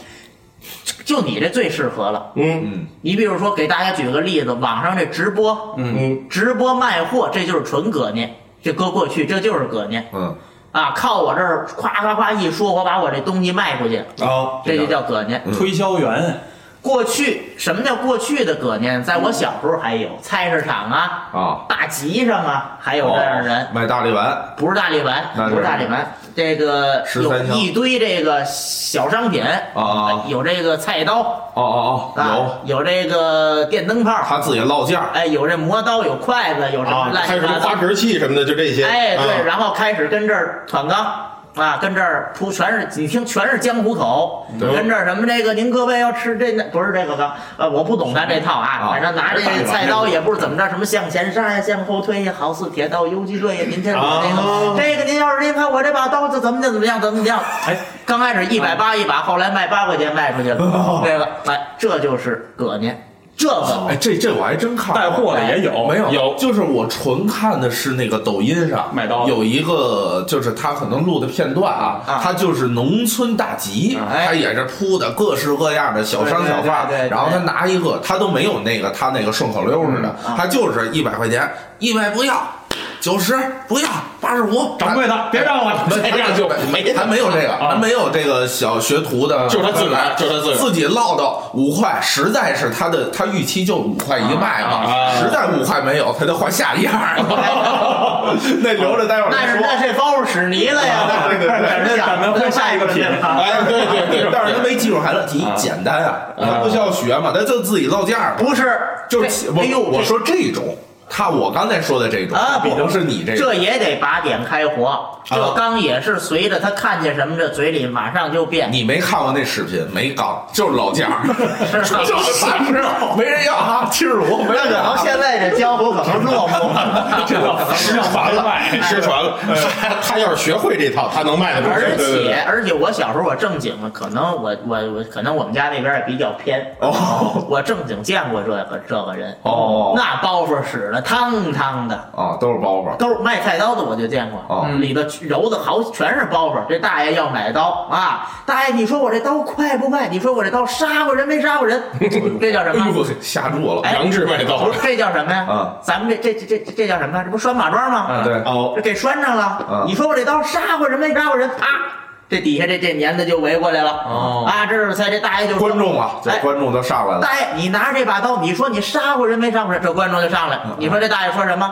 Speaker 3: 就你这最适合了。
Speaker 6: 嗯
Speaker 4: 嗯，
Speaker 3: 你比如说，给大家举个例子，网上这直播，
Speaker 6: 嗯，
Speaker 3: 直播卖货，这就是纯葛念，这搁过去这就是葛念
Speaker 4: 嗯，
Speaker 3: 啊！靠我这儿夸夸夸一说，我把我这东西卖出去，
Speaker 4: 哦
Speaker 6: 啊，
Speaker 3: 这就叫葛念。
Speaker 5: 推销员，
Speaker 3: 过去什么叫过去的葛念？在我小时候还
Speaker 4: 哦
Speaker 3: 有菜市场啊、
Speaker 4: 啊，
Speaker 3: 大集上啊，还有这样的人，
Speaker 4: 哦卖大力丸，
Speaker 3: 不是大力丸
Speaker 4: 那，是
Speaker 3: 不是大力丸，这个
Speaker 4: 十
Speaker 3: 有
Speaker 4: 三香
Speaker 3: 一堆这个小商品
Speaker 4: 啊
Speaker 3: 有这个菜刀
Speaker 4: 哦哦哦，
Speaker 3: 啊
Speaker 4: 有，，
Speaker 3: 有这个电灯泡，
Speaker 4: 他自己落价，
Speaker 3: 哎，有这磨刀，有筷子，有什么
Speaker 4: 哦
Speaker 6: 啊，
Speaker 3: 乱
Speaker 6: 还
Speaker 3: 七
Speaker 6: 有什
Speaker 3: 八
Speaker 6: 么
Speaker 3: 糟
Speaker 6: 花。盆器什么的，就这些。
Speaker 3: 哎哎，对，
Speaker 6: 啊
Speaker 3: 然后开始跟这儿团刚，啊，跟这儿铺全是，你听全是江湖口，跟这儿什么这个，您各位要吃这那不是这个个，呃，我不懂咱这套啊，反正拿这个菜刀也不是怎么着，什么向前杀呀，向后推呀，好似铁道游击队呀，您这我这个、这个，您要是您看我这把刀子怎么的怎么样怎么样，哎，刚开始一百八一把，后来卖八块钱卖出去了，这个哎，这就是葛年，这个
Speaker 4: 哦
Speaker 7: 哎，这这我还真看过
Speaker 5: 带货的也有，
Speaker 7: 没有
Speaker 5: 哦有
Speaker 7: 就是我纯看的是那个抖音上
Speaker 5: 卖刀的
Speaker 7: 有一个，就是他可能录的片段啊，
Speaker 3: 啊
Speaker 7: 他就是农村大集，
Speaker 3: 哎
Speaker 7: 他也是铺的各式各样的小商小贩
Speaker 3: 对对对对，对
Speaker 7: 然后他拿一个，他都没有那个他那个顺口溜似的，他就是一百块钱，一百不要，九十不要，八十五，
Speaker 5: 掌柜的，别让我
Speaker 7: 没
Speaker 5: 这样
Speaker 7: 就没，还没有这个，还没有这个小学徒的，
Speaker 6: 啊就是他自个儿就是他自个儿
Speaker 7: 自己唠叨五块，实在是他的他预期就五块一卖
Speaker 6: 啊
Speaker 7: 嘛，实在五块没有，他就换下一 样儿，那留着待会儿
Speaker 3: 那
Speaker 7: 再
Speaker 3: 是
Speaker 7: 说。
Speaker 3: 那这包是屎泥了呀，
Speaker 7: 对 对对，
Speaker 5: 那咱们会下一个品
Speaker 3: 啊，
Speaker 6: 哎，对对对，
Speaker 7: 但是他没技术含量，题简单啊，他不需要学嘛，他就自己造价儿嘛，
Speaker 3: 不是，
Speaker 7: 就是
Speaker 3: 这哎呦，
Speaker 7: 我我
Speaker 3: 这
Speaker 7: 说这种，他我刚才说的这种
Speaker 3: 啊，不
Speaker 7: 不是你这种
Speaker 3: 这也得把点开火。这刚也是随着他看见什么，这嘴里马上就变。
Speaker 7: 你没看过那视频，没刚，就是老价 儿，就是三十，没人要啊，七十五，没
Speaker 3: 那
Speaker 7: 人
Speaker 3: 可
Speaker 7: 要
Speaker 3: 能
Speaker 7: 啊。
Speaker 3: 现在这江湖可能落寞了。
Speaker 5: 这个失传了，
Speaker 6: 失传 了。他他要是学会这套，他能
Speaker 7: 哎
Speaker 6: 卖的不
Speaker 3: 而
Speaker 6: 是？对对
Speaker 3: 且
Speaker 6: 对
Speaker 3: 而且，我小时候我正经的，可能我我我可能我们家那边也比较偏，
Speaker 7: 哦
Speaker 3: 我正经见过这个这个人，
Speaker 7: 哦
Speaker 3: 那包袱使的汤汤的，
Speaker 7: 啊，都是包袱。
Speaker 3: 都是卖菜刀的，我就见过，
Speaker 7: 哦
Speaker 3: 里头揉的好全是包袱。这大爷要买刀啊，大爷，你说我这刀快不快？你说我这刀杀过人没杀过人？ 这叫什
Speaker 7: 哎
Speaker 3: 么？
Speaker 7: 呦，吓住了！
Speaker 3: 哎
Speaker 6: 杨志卖
Speaker 7: 哦
Speaker 6: 刀
Speaker 3: 不是，这叫什么呀？
Speaker 7: 啊
Speaker 3: 咱们这这这这这叫什么？这不拴马桩吗？
Speaker 5: 嗯
Speaker 7: 对，
Speaker 6: 哦，
Speaker 3: 这给拴上了
Speaker 7: 啊。
Speaker 3: 你说我这刀杀过人没杀过人？啪，这底下这这年的就围过来了。
Speaker 5: 哦
Speaker 3: 啊，这是才这大爷就说
Speaker 7: 观众啊，这
Speaker 3: 哎
Speaker 7: 观众都上来了。
Speaker 3: 大爷，你拿着这把刀，你说你杀过人没杀过人？这观众就上来，
Speaker 7: 嗯
Speaker 3: 你说这大爷说什么？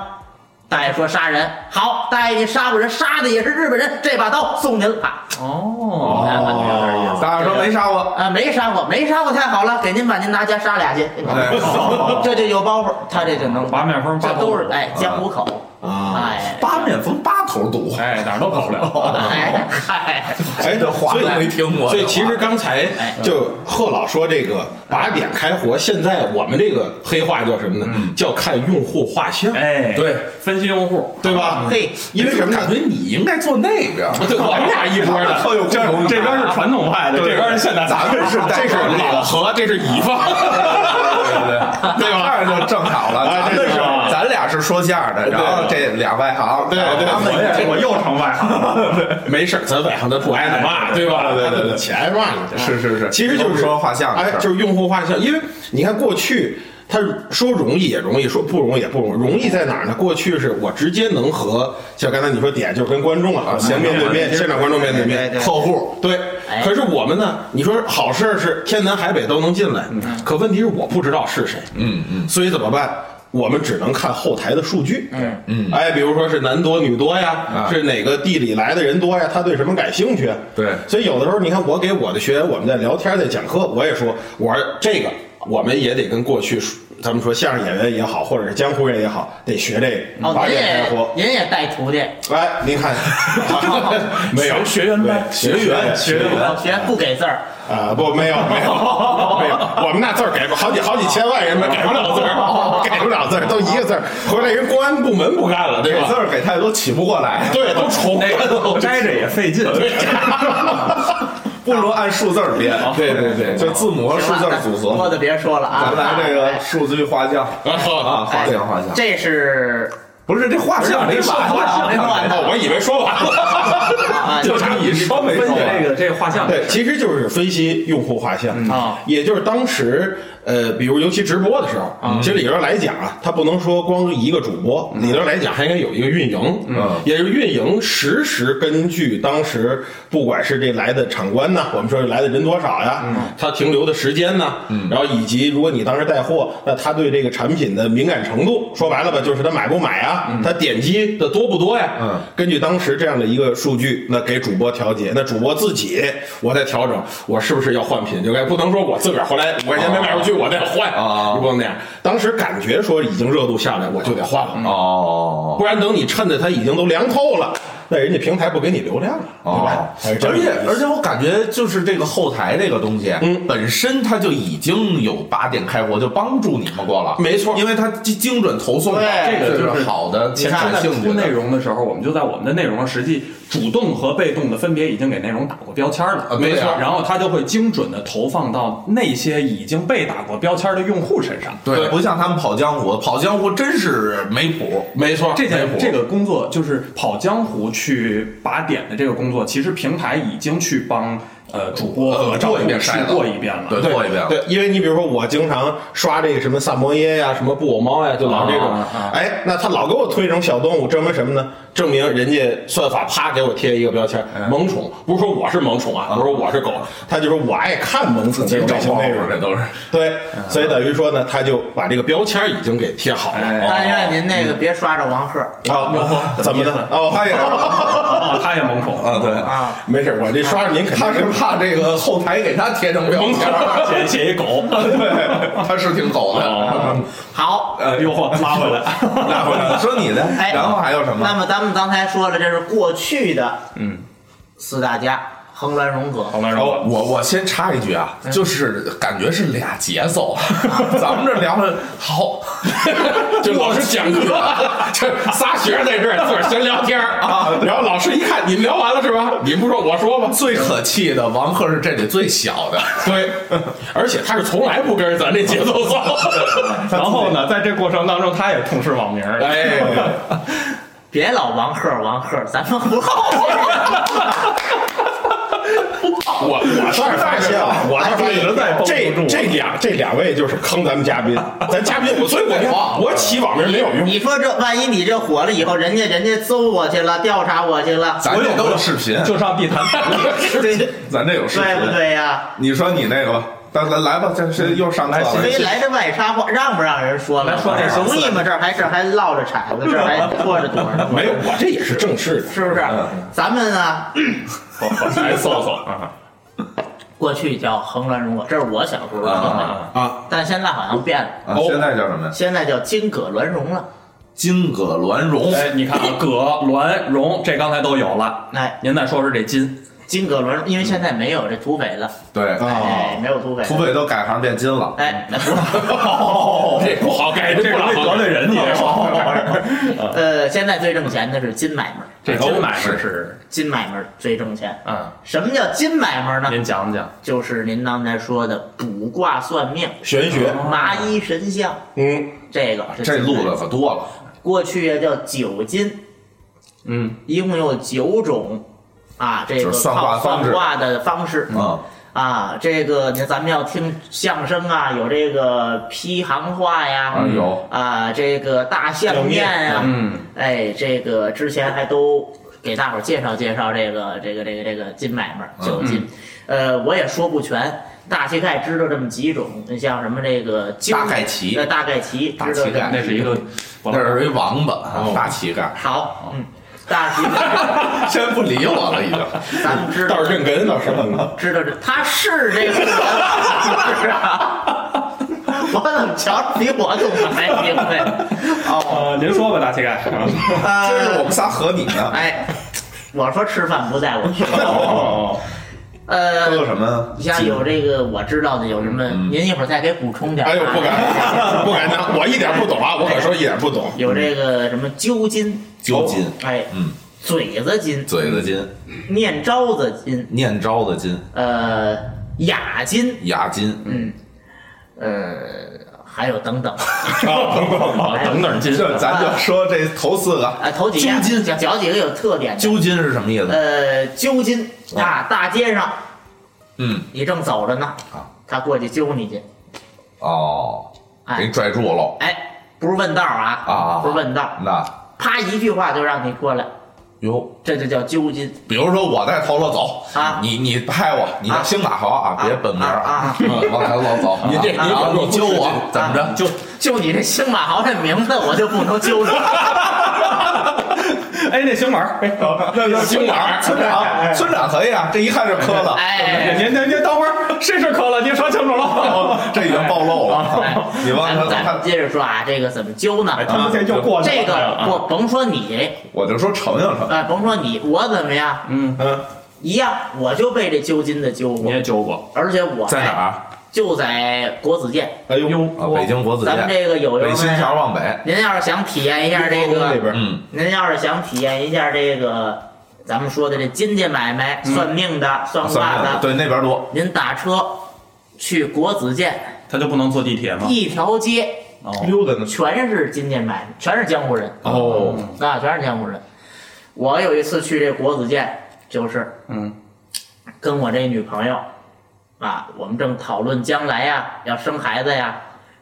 Speaker 3: 大爷说杀人。好，大爷你杀过人，杀的也是日本人，这把刀送您了。啪
Speaker 5: 哦，
Speaker 3: 哎感觉有点意思
Speaker 7: 大
Speaker 6: 哎
Speaker 7: 家说没杀过，
Speaker 3: 啊，没杀过，没杀过，太好了，给您把您拿家杀俩去，
Speaker 7: 哎，
Speaker 3: 这就有包袱，他这就能
Speaker 5: 八面风八
Speaker 3: 这
Speaker 5: 头
Speaker 3: 都是哎江湖口，
Speaker 6: 啊，
Speaker 3: 哎
Speaker 7: 八面风八头堵，
Speaker 5: 哎，哪儿都跑不了。
Speaker 3: 哎 哎，
Speaker 6: 哎，
Speaker 7: 这话
Speaker 6: 所以
Speaker 7: 都没听
Speaker 5: 哎
Speaker 7: 过
Speaker 6: 所以其实刚才
Speaker 3: 哎
Speaker 6: 就贺老说这个把点开活，现在我们这个黑话叫什么呢？叫看用户画像，
Speaker 5: 嗯哎，嗯
Speaker 7: 对，
Speaker 5: 分析用户，
Speaker 6: 对吧？
Speaker 3: 嘿，
Speaker 6: 因为什么呢
Speaker 7: 嗯感？觉你应该坐那边 儿，
Speaker 6: 对，我们俩一 波的，
Speaker 7: 特有
Speaker 5: 这这边是传统派的，这边是现代
Speaker 7: 咱
Speaker 5: 派
Speaker 7: 们是
Speaker 6: 这是老何，这是乙方，
Speaker 7: 对
Speaker 6: 对吧？
Speaker 7: 那就正好了，
Speaker 6: 啊
Speaker 7: 咱
Speaker 6: 这
Speaker 7: 们是
Speaker 5: 是啊
Speaker 7: 咱俩是说相声的，然后这俩外行，
Speaker 6: 对对
Speaker 7: 他们
Speaker 5: 我也我又成外行 了。
Speaker 6: 没事儿，咱晚上咱不挨着骂，对吧？
Speaker 7: 对对对对
Speaker 6: 钱骂你
Speaker 7: 是是是，
Speaker 6: 其实就是
Speaker 7: 说画像的事
Speaker 6: 哎
Speaker 7: 儿，，
Speaker 6: 就是用户画像，因为你看过去。他说容易也容易，说不容易也不容易。容易在哪儿呢？过去是我直接能和像刚才你说点，就是跟观众啊，先面对面，现场观众面对面，
Speaker 7: 客户
Speaker 6: 对
Speaker 3: 哎，
Speaker 6: 可是我们呢？你说好事儿是天南海北都能进来，可问题是我不知道是谁，嗯嗯，所以怎么办？我们只能看后台的数据，嗯嗯，啊哎，比如说是男多女多呀，是哪个地里来的人多呀，他对什么感兴趣？
Speaker 7: 对
Speaker 6: 所以有的时候你看，我给我的学员，我们在聊天，在讲课，我也说，我说这个我们也得跟过去咱们说相声演员也好，或者是江湖人也好，得学这个，
Speaker 3: 哦，
Speaker 6: 把
Speaker 3: 您
Speaker 6: 这开活
Speaker 3: 也。您也带徒弟，
Speaker 6: 哎，您 看，没有
Speaker 5: 学员班
Speaker 6: 对学员学员
Speaker 3: 老学不给字儿，
Speaker 6: 啊、不，没有，没有， 没有，我们那字儿改不好几好几千万人们改不了字儿，改不了字儿，都一个字儿。哦回来人公安部门不干了，对
Speaker 7: 给字
Speaker 6: 吧？
Speaker 7: 儿给太多起不过来，
Speaker 6: 对，都重
Speaker 5: 那个
Speaker 6: 了。
Speaker 5: 摘着也费劲，
Speaker 7: 不如按数字儿编，对对对，就字母和数字儿组
Speaker 3: 行了多
Speaker 7: 合。
Speaker 3: 的别说了啊，
Speaker 7: 咱们来这个数据画 像啊，画像画
Speaker 3: 哎
Speaker 7: 像，
Speaker 3: 这是
Speaker 7: 不是这画像没啊完
Speaker 3: 画没完呢
Speaker 6: 哦，我以为说完了
Speaker 3: 啊，
Speaker 6: 就差
Speaker 7: 你说没
Speaker 5: 分析
Speaker 7: 错，
Speaker 5: 这个这个画像，
Speaker 6: 对，其实就是分析用户画像
Speaker 3: 啊，
Speaker 6: 也就是当时呃，比如尤其直播的时候，其实理论来讲啊，它不能说光一个主播，理论来讲还应该有一个运营，
Speaker 7: 嗯
Speaker 6: 也就是运营实时根据当时不管是这来的场官呐，我们说来的人多少呀，他停留的时间呐，
Speaker 7: 嗯
Speaker 6: 然后以及如果你当时带货，那他对这个产品的敏感程度，说白了吧，就是他买不买啊，他点击的多不多呀，
Speaker 7: 嗯
Speaker 6: 根据当时这样的一个数据，那给主播调节，那主播自己我再调整，我是不是要换品？就该不能说我自个儿后来五块钱没卖出去，我再换
Speaker 7: 啊
Speaker 6: 你不能那样。当时感觉说已经热度下来，我就得换了，
Speaker 7: 哦，
Speaker 6: 不然等你趁着它已经都凉透了，那人家平台不给你流量
Speaker 7: 哦
Speaker 6: 了，对吧？还是这
Speaker 7: 而
Speaker 6: 么一
Speaker 7: 且
Speaker 6: 个意思
Speaker 7: 而且我感觉就是这个后台这个东西，本身它就已经有八点开火就帮助你们过了，
Speaker 6: 没错
Speaker 7: 因为它精精准投送了，
Speaker 3: 对
Speaker 7: 这个就是好的
Speaker 5: 你
Speaker 7: 情
Speaker 5: 看
Speaker 7: 感
Speaker 5: 在
Speaker 7: 性质
Speaker 5: 出内
Speaker 7: 的。
Speaker 5: 容的时候，我们就在我们的内容上实际主动和被动的分别已经给内容打过标签了
Speaker 7: 啊，没错
Speaker 5: 然后它就会精准的投放到那些已经被打过标签的用户身上。
Speaker 7: 对，不像他们跑江湖，跑江湖真是没谱。
Speaker 6: 没错，
Speaker 5: 这件
Speaker 7: 没谱
Speaker 5: 这个工作就是跑江湖去把点的这个工作，其实平台已经去帮呃主播
Speaker 7: 呃
Speaker 5: 和
Speaker 7: 过一遍
Speaker 5: 去
Speaker 7: 筛子
Speaker 5: 过一遍了。
Speaker 7: 对，过一遍了。
Speaker 6: 对，因为你比如说我经常刷这个什么萨摩耶呀、什么布偶猫呀、就老这种。
Speaker 5: 啊啊啊
Speaker 6: 哎，那他老给我推这种小动物，证明什么呢？证明人家算法啪给我贴一个标签，萌宠。不是说我是萌宠啊，不是说我是狗，他就说我爱看萌宠这种类型内容。
Speaker 7: 这都是
Speaker 6: 对，
Speaker 7: 嗯
Speaker 6: 所以等于说呢，他就把这个标签已经给贴好
Speaker 5: 哎哦
Speaker 6: 了。
Speaker 3: 但愿您那个别刷着王鹤
Speaker 6: 啊，怎么的？哦，哎 呀，
Speaker 5: 啊，他也萌宠
Speaker 7: 啊，对，
Speaker 3: 啊，
Speaker 6: 没事，我这刷着您肯定
Speaker 7: 他是怕这个后台给他贴成标
Speaker 5: 萌
Speaker 7: 签
Speaker 5: 宠
Speaker 7: 儿，
Speaker 5: 写写一 狗，
Speaker 7: 对， 他是挺狗的。
Speaker 3: 好。
Speaker 5: 呃，又嚯拉 回来。
Speaker 7: 那回来说你的，
Speaker 3: 哎，
Speaker 7: 然后还有什么
Speaker 3: 那？么咱们刚才说了，这是过去的，嗯，四大家横峦融合，
Speaker 5: 好，那
Speaker 7: 然后我我先插一句啊，就是感觉是俩节
Speaker 6: 啊
Speaker 7: 奏，咱们这聊的好，
Speaker 6: 就老师讲课， 就仨学生在这儿自个儿闲聊天儿啊，然后老师一看你们聊完了是吧？你不说我说吧。
Speaker 7: 最可气的王鹤是这里最小的，
Speaker 6: 对，而且他是从来不跟着咱这节奏 走。
Speaker 5: 然后呢，在这过程当中，他也痛失网名儿。
Speaker 6: 哎，
Speaker 3: 别老王鹤王鹤，咱们不好。
Speaker 6: 我我倒是发现啊，我倒是发
Speaker 5: 一直在绷
Speaker 6: 现
Speaker 5: 不
Speaker 6: 这
Speaker 5: 住
Speaker 6: 这俩这两位就是坑咱们嘉宾，咱嘉宾我所以我我起网名没有用。
Speaker 3: 你说这万一你这火了以后，人家人家搜我去了，调查我去了，
Speaker 7: 咱这都有视频，
Speaker 5: 就上地 坛，
Speaker 3: 对
Speaker 7: 咱这有视频，
Speaker 3: 对不？对呀？
Speaker 7: 你说你那个吧，咱咱来吧，这这又上台
Speaker 3: 所以来这外插话，让不让人说了？
Speaker 5: 来说点
Speaker 3: 容易吗？这儿还这儿还落着铲子，这儿还拖着腿呢，
Speaker 6: 没有，我这也是正式的。
Speaker 3: 是不是？咱们呢，
Speaker 5: 我我来搜搜啊。
Speaker 3: 过去叫横峦融合，这是我小时候的
Speaker 7: 啊
Speaker 3: 名字
Speaker 6: 啊，
Speaker 3: 但现在好像变了，
Speaker 7: 啊，
Speaker 6: 哦
Speaker 7: 现在叫什么呀？
Speaker 3: 现在叫金葛峦融了。
Speaker 7: 金葛峦 绒，
Speaker 5: 哎，你看啊，葛、栾、荣，这刚才都有了。
Speaker 3: 哎，
Speaker 5: 您再说说这金，
Speaker 3: 金葛峦，因为现在没有这土匪了，
Speaker 7: 对，
Speaker 3: 哎，没有土匪了，
Speaker 7: 嗯 土匪都改行变金了。
Speaker 3: 哎，那不是。
Speaker 7: 哦
Speaker 6: 这不 好改，
Speaker 5: 这
Speaker 6: 这不
Speaker 5: 容易
Speaker 6: 好
Speaker 5: 得
Speaker 6: 改。
Speaker 5: 罪 人，你这说。
Speaker 3: 呃，现在最挣钱的是金买卖，
Speaker 5: 这金买卖是，
Speaker 3: 金买卖最挣钱。
Speaker 5: 嗯，
Speaker 3: 什么叫金买卖呢？
Speaker 5: 您讲讲。
Speaker 3: 就是您刚才说的卜卦算命、
Speaker 6: 玄学，
Speaker 5: 哦
Speaker 3: 麻衣神相，
Speaker 6: 嗯，
Speaker 3: 这个
Speaker 7: 这路
Speaker 3: 子
Speaker 7: 子可多了，
Speaker 3: 过去也叫九金，
Speaker 5: 嗯，
Speaker 3: 一共有九种啊，这
Speaker 7: 就
Speaker 3: 个
Speaker 7: 是算卦
Speaker 3: 靠
Speaker 7: 方式
Speaker 3: 算卦的方式
Speaker 7: 嗯，
Speaker 3: 啊，这个你咱们要听相声啊，有这个批行话呀，
Speaker 7: 嗯有
Speaker 3: 啊，这个大相面呀、
Speaker 5: 嗯，
Speaker 3: 哎，这个之前还都给大伙儿介绍介绍这个这个这个这个金买卖
Speaker 7: 嗯
Speaker 3: 儿九金，呃，我也说不全，大膝盖知道这么几种，你像什么这个鸠
Speaker 7: 大概齐
Speaker 3: 呃，大概齐，
Speaker 7: 大
Speaker 3: 知道
Speaker 7: 膝盖
Speaker 3: 这
Speaker 5: 那是一个，
Speaker 7: 那是一王八，啊大乞丐，
Speaker 3: 好，
Speaker 7: 哦
Speaker 3: 嗯，大膝盖，
Speaker 7: 先不理我了，已 经。
Speaker 3: 咱们知道
Speaker 6: 倒是认根倒是认根。
Speaker 3: 知道这他是这个人，是啊。我怎么瞧着比我懂得还明白？哦，
Speaker 5: 呃，您说吧，大乞丐。
Speaker 7: 今儿我
Speaker 3: 呃，
Speaker 7: 们仨合你呢，
Speaker 3: 哎，我说吃饭不在我去。
Speaker 5: 哦，
Speaker 7: 都有
Speaker 3: 呃，
Speaker 7: 什么
Speaker 3: 你？像有这个我知道的有什么，您一会儿啊再给补充点。
Speaker 6: 哎呦，不。 敢，不敢当，我一点不懂啊，我可说一点不懂。
Speaker 3: 有这个什么揪筋，
Speaker 7: 揪筋，
Speaker 3: 哎，
Speaker 7: 嗯，
Speaker 3: 嘴子筋，
Speaker 7: 嘴子筋，
Speaker 3: 念招子筋，
Speaker 7: 念招子筋，
Speaker 3: 呃，雅筋，
Speaker 7: 牙筋，
Speaker 3: 嗯，呃，还有等等。
Speaker 5: 啊等等金，
Speaker 7: 这咱就说这头四个。
Speaker 3: 啊，头几个
Speaker 7: 揪筋
Speaker 3: 讲讲几个有特点的。
Speaker 7: 揪筋是什么意思？
Speaker 3: 呃，揪筋啊，大街上
Speaker 7: 嗯，
Speaker 3: 你正走着呢
Speaker 7: 啊，
Speaker 3: 他过去揪你去，
Speaker 7: 哦，给
Speaker 3: 哎
Speaker 7: 你拽住喽。
Speaker 3: 哎，不是问道啊，
Speaker 7: 啊啊啊
Speaker 3: 不是问道，
Speaker 7: 那
Speaker 3: 啪一句话就让你过来，
Speaker 7: 哟，
Speaker 3: 这就叫揪筋
Speaker 7: 比如说我在头了走
Speaker 3: 啊
Speaker 7: 你你拍我，你叫
Speaker 3: 啊
Speaker 7: 星马豪啊，别本名儿
Speaker 3: 啊啊啊啊
Speaker 7: 嗯往头老走，啊
Speaker 6: 您这您
Speaker 7: 然后
Speaker 6: 这
Speaker 7: 你揪我怎么着？
Speaker 3: 就就啊你这星马豪这名字，我就不能揪你。
Speaker 5: 哎，那熊丸，哎，
Speaker 7: 那那
Speaker 6: 星马
Speaker 7: 村长，村长可以啊，这一看是磕了。
Speaker 3: 哎，
Speaker 5: 您您您等会儿，试试可乐，您说清楚了。
Speaker 7: 哦这已经暴露
Speaker 3: 哎
Speaker 7: 了。你忘
Speaker 3: 咱
Speaker 7: 了
Speaker 3: 们咱
Speaker 7: 他
Speaker 3: 们，接着说啊，这个怎么揪呢？
Speaker 5: 哎，他们现在又过去了。
Speaker 3: 这个
Speaker 5: 啊
Speaker 3: 不甭说你，
Speaker 7: 我就说承认了。
Speaker 3: 哎，甭说你，我怎么样？
Speaker 5: 嗯
Speaker 7: 嗯，
Speaker 3: 一样，我就被这揪筋的揪
Speaker 5: 你
Speaker 3: 过，
Speaker 5: 也揪过，
Speaker 3: 而且我
Speaker 7: 在哪儿啊？
Speaker 3: 就在国子监，
Speaker 6: 哎呦，
Speaker 7: 啊，北京国子
Speaker 3: 咱们
Speaker 7: 监，
Speaker 3: 这个友友
Speaker 7: 北新
Speaker 3: 们啊，
Speaker 7: 桥往北。
Speaker 3: 您要是想体验一下这
Speaker 6: 故宫那
Speaker 3: 个，
Speaker 6: 边儿
Speaker 7: 嗯，
Speaker 3: 您要是想体验一下这个咱们说的这金家买卖、算命的、算卦
Speaker 7: 嗯啊算了，
Speaker 3: 的，
Speaker 7: 对那边多。
Speaker 3: 您打车去国子监，
Speaker 5: 他就不能坐地铁
Speaker 7: 啊
Speaker 5: 吗？
Speaker 3: 一条街
Speaker 5: 哦，
Speaker 6: 溜达呢。
Speaker 3: 全是金家买卖，全是江湖人。
Speaker 6: 哦，
Speaker 3: 那全是江湖人。我有一次去这国子监，就是
Speaker 5: 嗯，
Speaker 3: 跟我这女朋友啊，我们正讨论将来呀，要生孩子呀，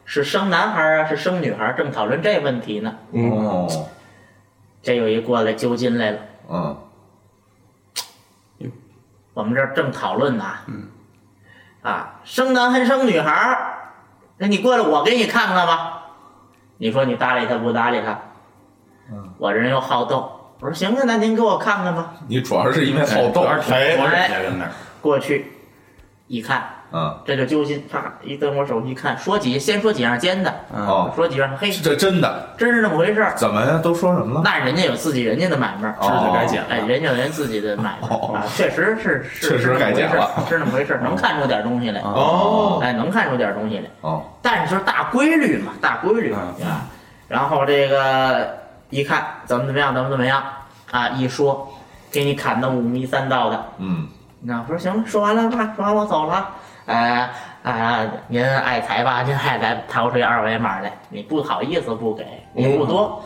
Speaker 3: 是生男孩啊，是生女孩，正讨论这问题呢。
Speaker 7: 哦，
Speaker 3: 这有一过来揪筋来了，
Speaker 7: 嗯，
Speaker 3: 我们这儿正讨论呢，嗯，啊，生男还生女孩儿，那你过来，我给你看看吧。你说你搭理他不搭理他？我这人又好斗，我说行啊，那您给我看看吧。
Speaker 7: 你主要是因为
Speaker 3: 哎
Speaker 7: 好斗
Speaker 5: 主。
Speaker 7: 哎
Speaker 5: 要是挺多人家跟那儿。
Speaker 3: 过去一看，
Speaker 7: 嗯，
Speaker 3: 这就揪心，啪一跟我手机看，说几先说几样尖的，
Speaker 7: 哦，
Speaker 3: 说几样嘿，
Speaker 7: 这真的
Speaker 3: 真是那么回事儿。
Speaker 7: 怎么呀？都说什么了？
Speaker 3: 那人家有自己人家的买卖儿，
Speaker 7: 哦
Speaker 5: 知识该减
Speaker 3: 哎，
Speaker 5: 了。
Speaker 3: 人家有人自己的买卖
Speaker 7: 哦
Speaker 3: 儿啊，确实是是
Speaker 7: 确实
Speaker 3: 是那么
Speaker 7: 该
Speaker 3: 回
Speaker 7: 减
Speaker 3: 事儿
Speaker 7: 了
Speaker 3: 是那么回事儿，能看出点东西来，
Speaker 7: 哦
Speaker 3: 哎，能看出点东西来，
Speaker 7: 哦，
Speaker 3: 但是就是大规律嘛，大规律
Speaker 5: 嗯
Speaker 3: 啊。然后这个一看怎么怎么样，怎么怎么样啊，一说给你砍的五迷三道的，
Speaker 7: 嗯，
Speaker 3: 那我说行了，说完了吧，说完我走了。呃啊，您爱财吧， 您爱财，掏出一二维码来，你不好意思不给，你不多，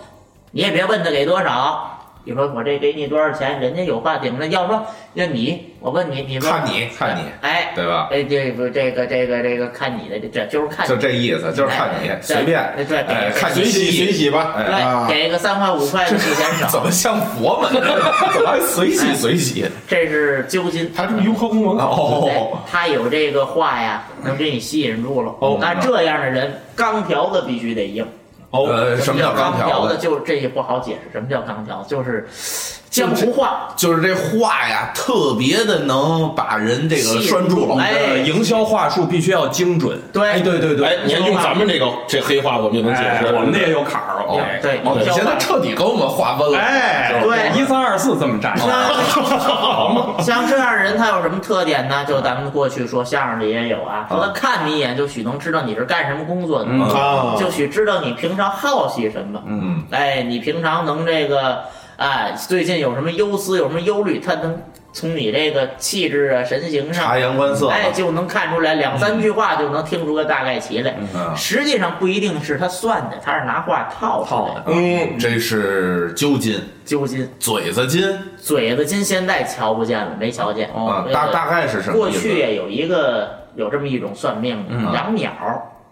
Speaker 3: 你也别问他给多少。你说我这给你多少钱，人家有话顶着。要说要你，我问你，你说
Speaker 7: 哦看你看你，
Speaker 3: 哎，
Speaker 7: 对吧？
Speaker 3: 哎这个这个这个这个看你的，这就是看
Speaker 7: 就
Speaker 3: 你，
Speaker 7: 这意思，就是看你
Speaker 3: 哎
Speaker 7: 随便，
Speaker 3: 对对
Speaker 7: 哎，看你
Speaker 6: 随喜
Speaker 7: 心
Speaker 6: 随
Speaker 7: 意。
Speaker 6: 喜吧，
Speaker 7: 哎
Speaker 3: 来
Speaker 6: 啊，
Speaker 3: 给个三块五块的，你嫌
Speaker 7: 怎
Speaker 3: 少，
Speaker 7: 么像佛门？ 怎么还随喜随喜？
Speaker 3: 这是揪心。
Speaker 6: 他这不雍和宫门口，
Speaker 7: 哦，
Speaker 3: 他有这个话呀，能给你吸引住了。
Speaker 7: 哦
Speaker 3: 那这样的人，钢条子必须得硬。
Speaker 7: 呃，什么叫
Speaker 3: 钢
Speaker 7: 钢条
Speaker 3: 子？
Speaker 7: 子？
Speaker 3: 就是这也不好解释。什么叫钢条？就是江湖话，
Speaker 7: 就是这话呀，特别的能把人这个
Speaker 3: 吸
Speaker 7: 拴
Speaker 3: 引
Speaker 7: 住
Speaker 3: 住
Speaker 5: 呃，
Speaker 7: 了。
Speaker 3: 哎，
Speaker 5: 营销话术必须要精准。
Speaker 3: 对，
Speaker 6: 哎，对对对，哎，你看用咱们这个这黑话，我们就能解
Speaker 5: 哎，
Speaker 6: 释。嗯
Speaker 5: 我们这也有坎儿。
Speaker 7: 哦
Speaker 5: 哎
Speaker 3: 对，
Speaker 7: 哦，
Speaker 3: 营
Speaker 7: 你
Speaker 3: 销
Speaker 7: 现在
Speaker 3: 话。
Speaker 7: 彻底给我们划分了。
Speaker 5: 哎，
Speaker 3: 对
Speaker 5: 一三二四这么站。
Speaker 3: 像这样的人，他有什么特点呢？就咱们过去说相声里也有啊，说他看你一眼就许能知道你是干什么工作的，
Speaker 5: 嗯
Speaker 6: 啊，
Speaker 3: 就许知道你平常好奇什么。
Speaker 7: 嗯，
Speaker 3: 哎，你平常能这个，哎，最近有什么忧思，有什么忧虑，他能从你这个气质啊、神形上
Speaker 7: 察，言观色。啊
Speaker 3: 哎，就能看出来，两三句话就能听出个大概齐来。
Speaker 7: 嗯，
Speaker 3: 实际上不一定是他算的，他是拿话套出来的。
Speaker 6: 嗯，
Speaker 7: 这是揪筋，
Speaker 3: 揪筋，
Speaker 7: 嘴子筋
Speaker 3: 嘴子筋现在瞧不见了，没瞧见。
Speaker 7: 啊
Speaker 3: 这，个
Speaker 7: 大大概是什
Speaker 3: 哦
Speaker 7: 么
Speaker 3: 过
Speaker 7: 意思？啊
Speaker 3: 去也有一个有这么一种算命的，
Speaker 5: 嗯
Speaker 3: 养鸟、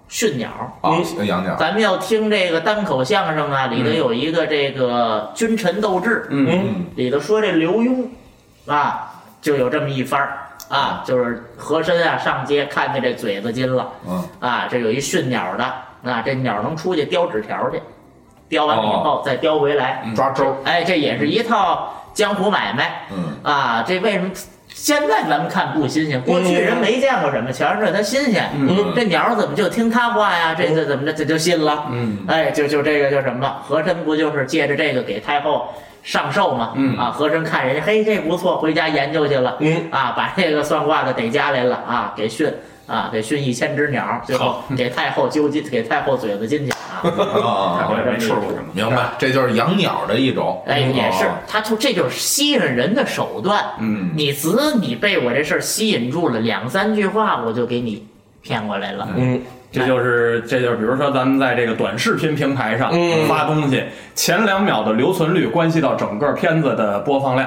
Speaker 3: 驯鸟。
Speaker 7: 啊，养鸟。
Speaker 3: 咱们要听这个单口相声啊，里头有一个这个君臣斗智，
Speaker 5: 嗯，
Speaker 3: 里头说这刘墉啊，就有这么一番儿啊，就是和珅啊上街看见这嘴子筋了
Speaker 7: 嗯，
Speaker 3: 啊，这有一驯鸟的啊，这鸟能出去叼纸条去，叼完了以后再叼回来，
Speaker 7: 哦抓周。
Speaker 3: 哎，这也是一套江湖买卖
Speaker 7: 嗯，
Speaker 3: 啊。这为什么现在咱们看不新鲜？过去人没见过什么，全是它新鲜。
Speaker 7: 嗯
Speaker 3: 这鸟怎么就听他话呀？这这怎么着这就信了？
Speaker 5: 嗯，
Speaker 3: 哎，就就这个叫什么？和珅不就是借着这个给太后上寿吗？
Speaker 5: 嗯
Speaker 3: 啊，和珅看人家，嘿，这不错，回家研究去了。
Speaker 6: 嗯，
Speaker 3: 啊，把这个算卦的逮家来了啊，给训啊，给训一千只鸟，最后给太后揪金，给太后嘴子金去啊。
Speaker 7: 啊啊啊
Speaker 5: 哦我也没吃过什么。
Speaker 7: 明白，这就是养鸟的一种。
Speaker 3: 哎，也是
Speaker 7: 哦，
Speaker 3: 他从这就是吸引人的手段。
Speaker 5: 嗯，
Speaker 3: 你只你被我这事儿吸引住了，两三句话我就给你骗过来了。
Speaker 5: 这就是这就是，比如说咱们在这个短视频平台上
Speaker 7: 嗯
Speaker 5: 发东西，前两秒的留存率关系到整个片子的播放量、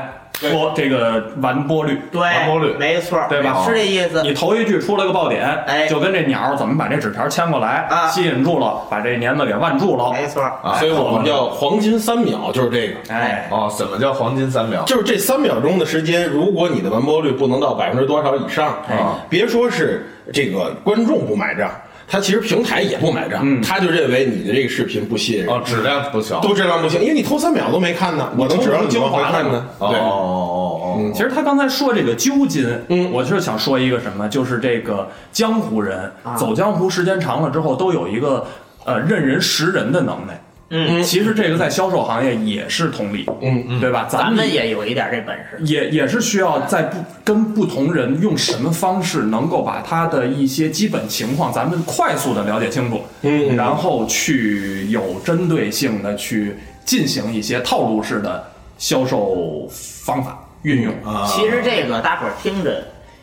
Speaker 5: 播这个完播率。
Speaker 7: 完播率
Speaker 3: 对，没错，
Speaker 5: 对吧嗯
Speaker 3: 是这意思。
Speaker 5: 你头一句出了个爆点，
Speaker 3: 哎
Speaker 5: 就跟这鸟怎么把这纸条牵过来，
Speaker 3: 啊
Speaker 5: 吸引住了，把这帘子给腕住了。
Speaker 3: 没错，
Speaker 6: 哎所以我们叫黄金三秒，就是这个。
Speaker 5: 哎，
Speaker 7: 哦，怎么叫黄金三秒？
Speaker 6: 就是这三秒钟的时间，如果你的完播率不能到百分之多少以上，啊，别说是这个观众不买账，他其实平台也不买账，他就认为你的这个视频不吸引人，
Speaker 7: 哦，质量不小。
Speaker 6: 都质量不行，因为你头三秒都没看呢，我能指望你往回看呢。
Speaker 7: 哦哦
Speaker 6: 对，
Speaker 7: 哦
Speaker 6: 嗯
Speaker 5: 其实他刚才说这个揪筋，
Speaker 6: 嗯
Speaker 5: 我就是想说一个什么，就是这个江湖人、
Speaker 3: 啊
Speaker 5: 走江湖时间长了之后，都有一个呃认人识人的能耐。
Speaker 3: 嗯，
Speaker 5: 其实这个在销售行业也是同理，
Speaker 6: 嗯
Speaker 5: 嗯，对吧？
Speaker 3: 咱
Speaker 5: 咱
Speaker 3: 们
Speaker 5: 们
Speaker 3: 也有一点这本事。
Speaker 5: 也也是需要在不跟不同人用什么方式，能够把他的一些基本情况，咱们快速的了解清楚，
Speaker 6: 嗯嗯
Speaker 5: 然后去有针对性的去进行一些套路式的销售方法运用。
Speaker 6: 啊
Speaker 3: 其实这个大伙儿听着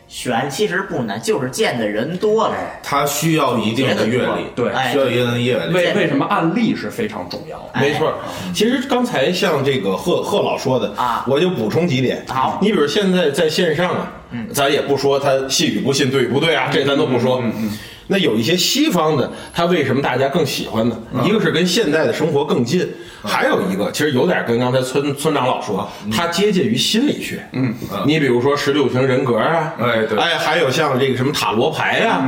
Speaker 3: 悬，其实不难，就是见的人多了。
Speaker 7: 他需要一定的阅历，
Speaker 5: 对
Speaker 3: 哎
Speaker 7: 需要一定的阅历。
Speaker 5: 为为什么案例是非常重要的？
Speaker 3: 哎
Speaker 6: 没错儿，其实刚才像这个贺贺老说的
Speaker 3: 啊
Speaker 6: 我就补充几点。
Speaker 3: 好
Speaker 6: 你比如现在在线上啊，咱也不说他信与不信、对与不对啊，这咱都不说。那有一些西方的，他为什么大家更喜欢呢？一个是跟现代的生活更近，还有一个其实有点跟刚才村村长老说，他接近于心理学。嗯，你比如说十六型人格啊，
Speaker 7: 哎对
Speaker 6: 哎，还有像这个什么塔罗牌呀、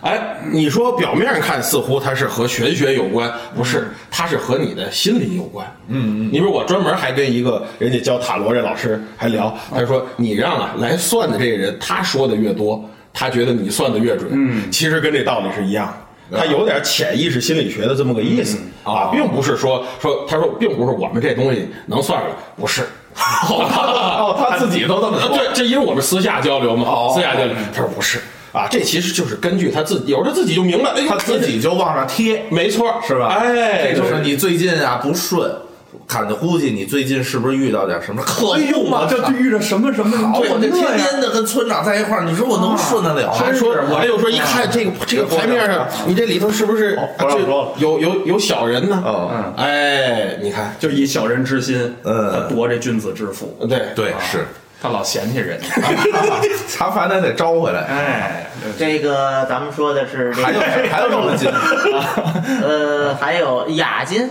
Speaker 6: 哎，你说表面上看似乎它是和玄学有关，不是，它是和你的心理有关。嗯嗯嗯，你比如我专门还跟一个人家教塔罗这老师还聊，他说你让啊来算的这个人，他说的越多，他觉得你算的越准。嗯，其实跟这道理是一样的。他有点潜意识心理学的这么个意思、啊，并不是说说，他说并不是我们这东西能算出来，不是。 哦，
Speaker 7: 他自己都
Speaker 3: 哎
Speaker 7: 这么说
Speaker 6: 对，这因为我们私下交流嘛，私下交流。他说不是啊，这其实就是根据他自己，有时候他自己就明白，哎呦
Speaker 7: 他自己就往上贴，
Speaker 6: 没错，
Speaker 7: 是吧？
Speaker 6: 哎，
Speaker 7: 就
Speaker 6: 就是
Speaker 7: 是你最近啊不顺，看着估计你最近是不是遇到点什么客户？
Speaker 5: 哎呦妈，这遇着什么什么人？啊
Speaker 7: 好，啊我这
Speaker 5: 真
Speaker 7: 天
Speaker 5: 的呀
Speaker 7: 天的跟村长在一块儿，你哎说我能顺得了吗？
Speaker 3: 啊
Speaker 6: 还说，还有说一看这个这个牌面上，你这里头是不是
Speaker 7: 不让说了
Speaker 6: 这有有有小人呢？
Speaker 3: 嗯
Speaker 7: 哦，
Speaker 6: 哎，你看，
Speaker 5: 就以小人之心，
Speaker 7: 嗯
Speaker 5: 他夺这君子之腹，
Speaker 6: 对，
Speaker 7: 对，
Speaker 3: 啊
Speaker 7: 是，
Speaker 5: 他老嫌弃人家。
Speaker 7: 他反正得招回来。
Speaker 5: 哎，
Speaker 3: 这个咱们说的是这
Speaker 7: 还有
Speaker 3: 个，
Speaker 7: 还有什么金？
Speaker 3: 呃，还有雅金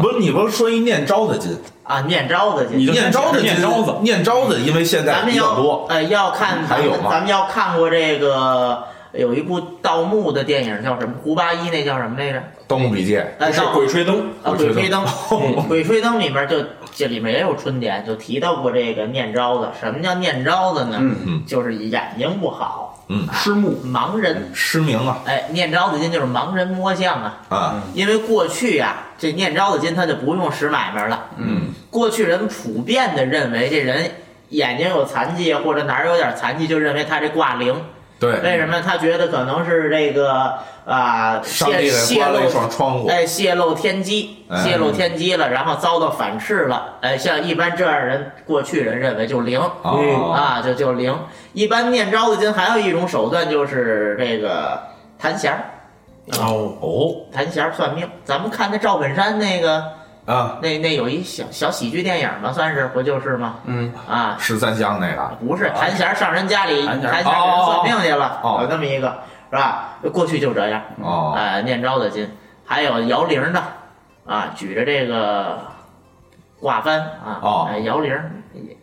Speaker 7: 不是你不是说一念招的金？
Speaker 3: 啊，念招的
Speaker 5: 你
Speaker 3: 金
Speaker 5: 就。
Speaker 7: 念招的金
Speaker 5: 念招子
Speaker 7: 念招子，因为现在
Speaker 3: 咱们
Speaker 7: 比较
Speaker 3: 要
Speaker 7: 多。
Speaker 3: 呃要看咱
Speaker 7: 还有
Speaker 3: 们
Speaker 7: 吗
Speaker 3: 咱们要看过这个有一部盗墓的电影叫什么？胡八一那叫什么来着？
Speaker 7: 《盗墓笔记》
Speaker 3: 哎，
Speaker 6: 是
Speaker 3: 盗
Speaker 6: 鬼吹灯，
Speaker 3: 啊，鬼吹灯，嗯鬼吹灯里面就这里面也有春点，就提到过这个念招子。什么叫念招子呢？就是眼睛不好，
Speaker 5: 失目，
Speaker 3: 盲人。
Speaker 7: 失明了
Speaker 3: 哎，念招子金就是盲人摸象啊。
Speaker 7: 啊，
Speaker 3: 因为过去呀、这念招子金他就不用使买卖了。嗯，过去人普遍的认为这人眼睛有残疾或者哪儿有点残疾，就认为他这挂零。
Speaker 7: 对，
Speaker 3: 为什么他觉得可能是这个啊
Speaker 7: 上
Speaker 3: 泄
Speaker 7: 帝给
Speaker 3: 泄
Speaker 7: 关了一
Speaker 3: 露
Speaker 7: 扇窗户。
Speaker 3: 哎泄露天机，
Speaker 7: 哎
Speaker 3: 泄露天机了，然后遭到反斥了。哎，像一般这样人，过去人认为就零
Speaker 7: 哦
Speaker 3: 啊，就就零。一般念招子金还有一种手段就是这个弹弦儿，啊
Speaker 7: 哦
Speaker 3: 弹弦儿算命。咱们看那赵本山那个。
Speaker 7: 啊，
Speaker 3: 那那有一小小喜剧电影吧，算是不就是吗？
Speaker 5: 嗯
Speaker 3: 啊，
Speaker 7: 十三香那个
Speaker 3: 不是谭弦儿上人家里
Speaker 5: 谭弦
Speaker 3: 谭弦
Speaker 5: 儿
Speaker 3: 儿给人算命去了，
Speaker 7: 哦哦哦
Speaker 3: 有那么一个是吧？过去就这样，
Speaker 7: 哦，
Speaker 3: 哎，念招的金，还有摇铃的，啊，举着这个挂幡啊，
Speaker 7: 哦
Speaker 3: 哎摇铃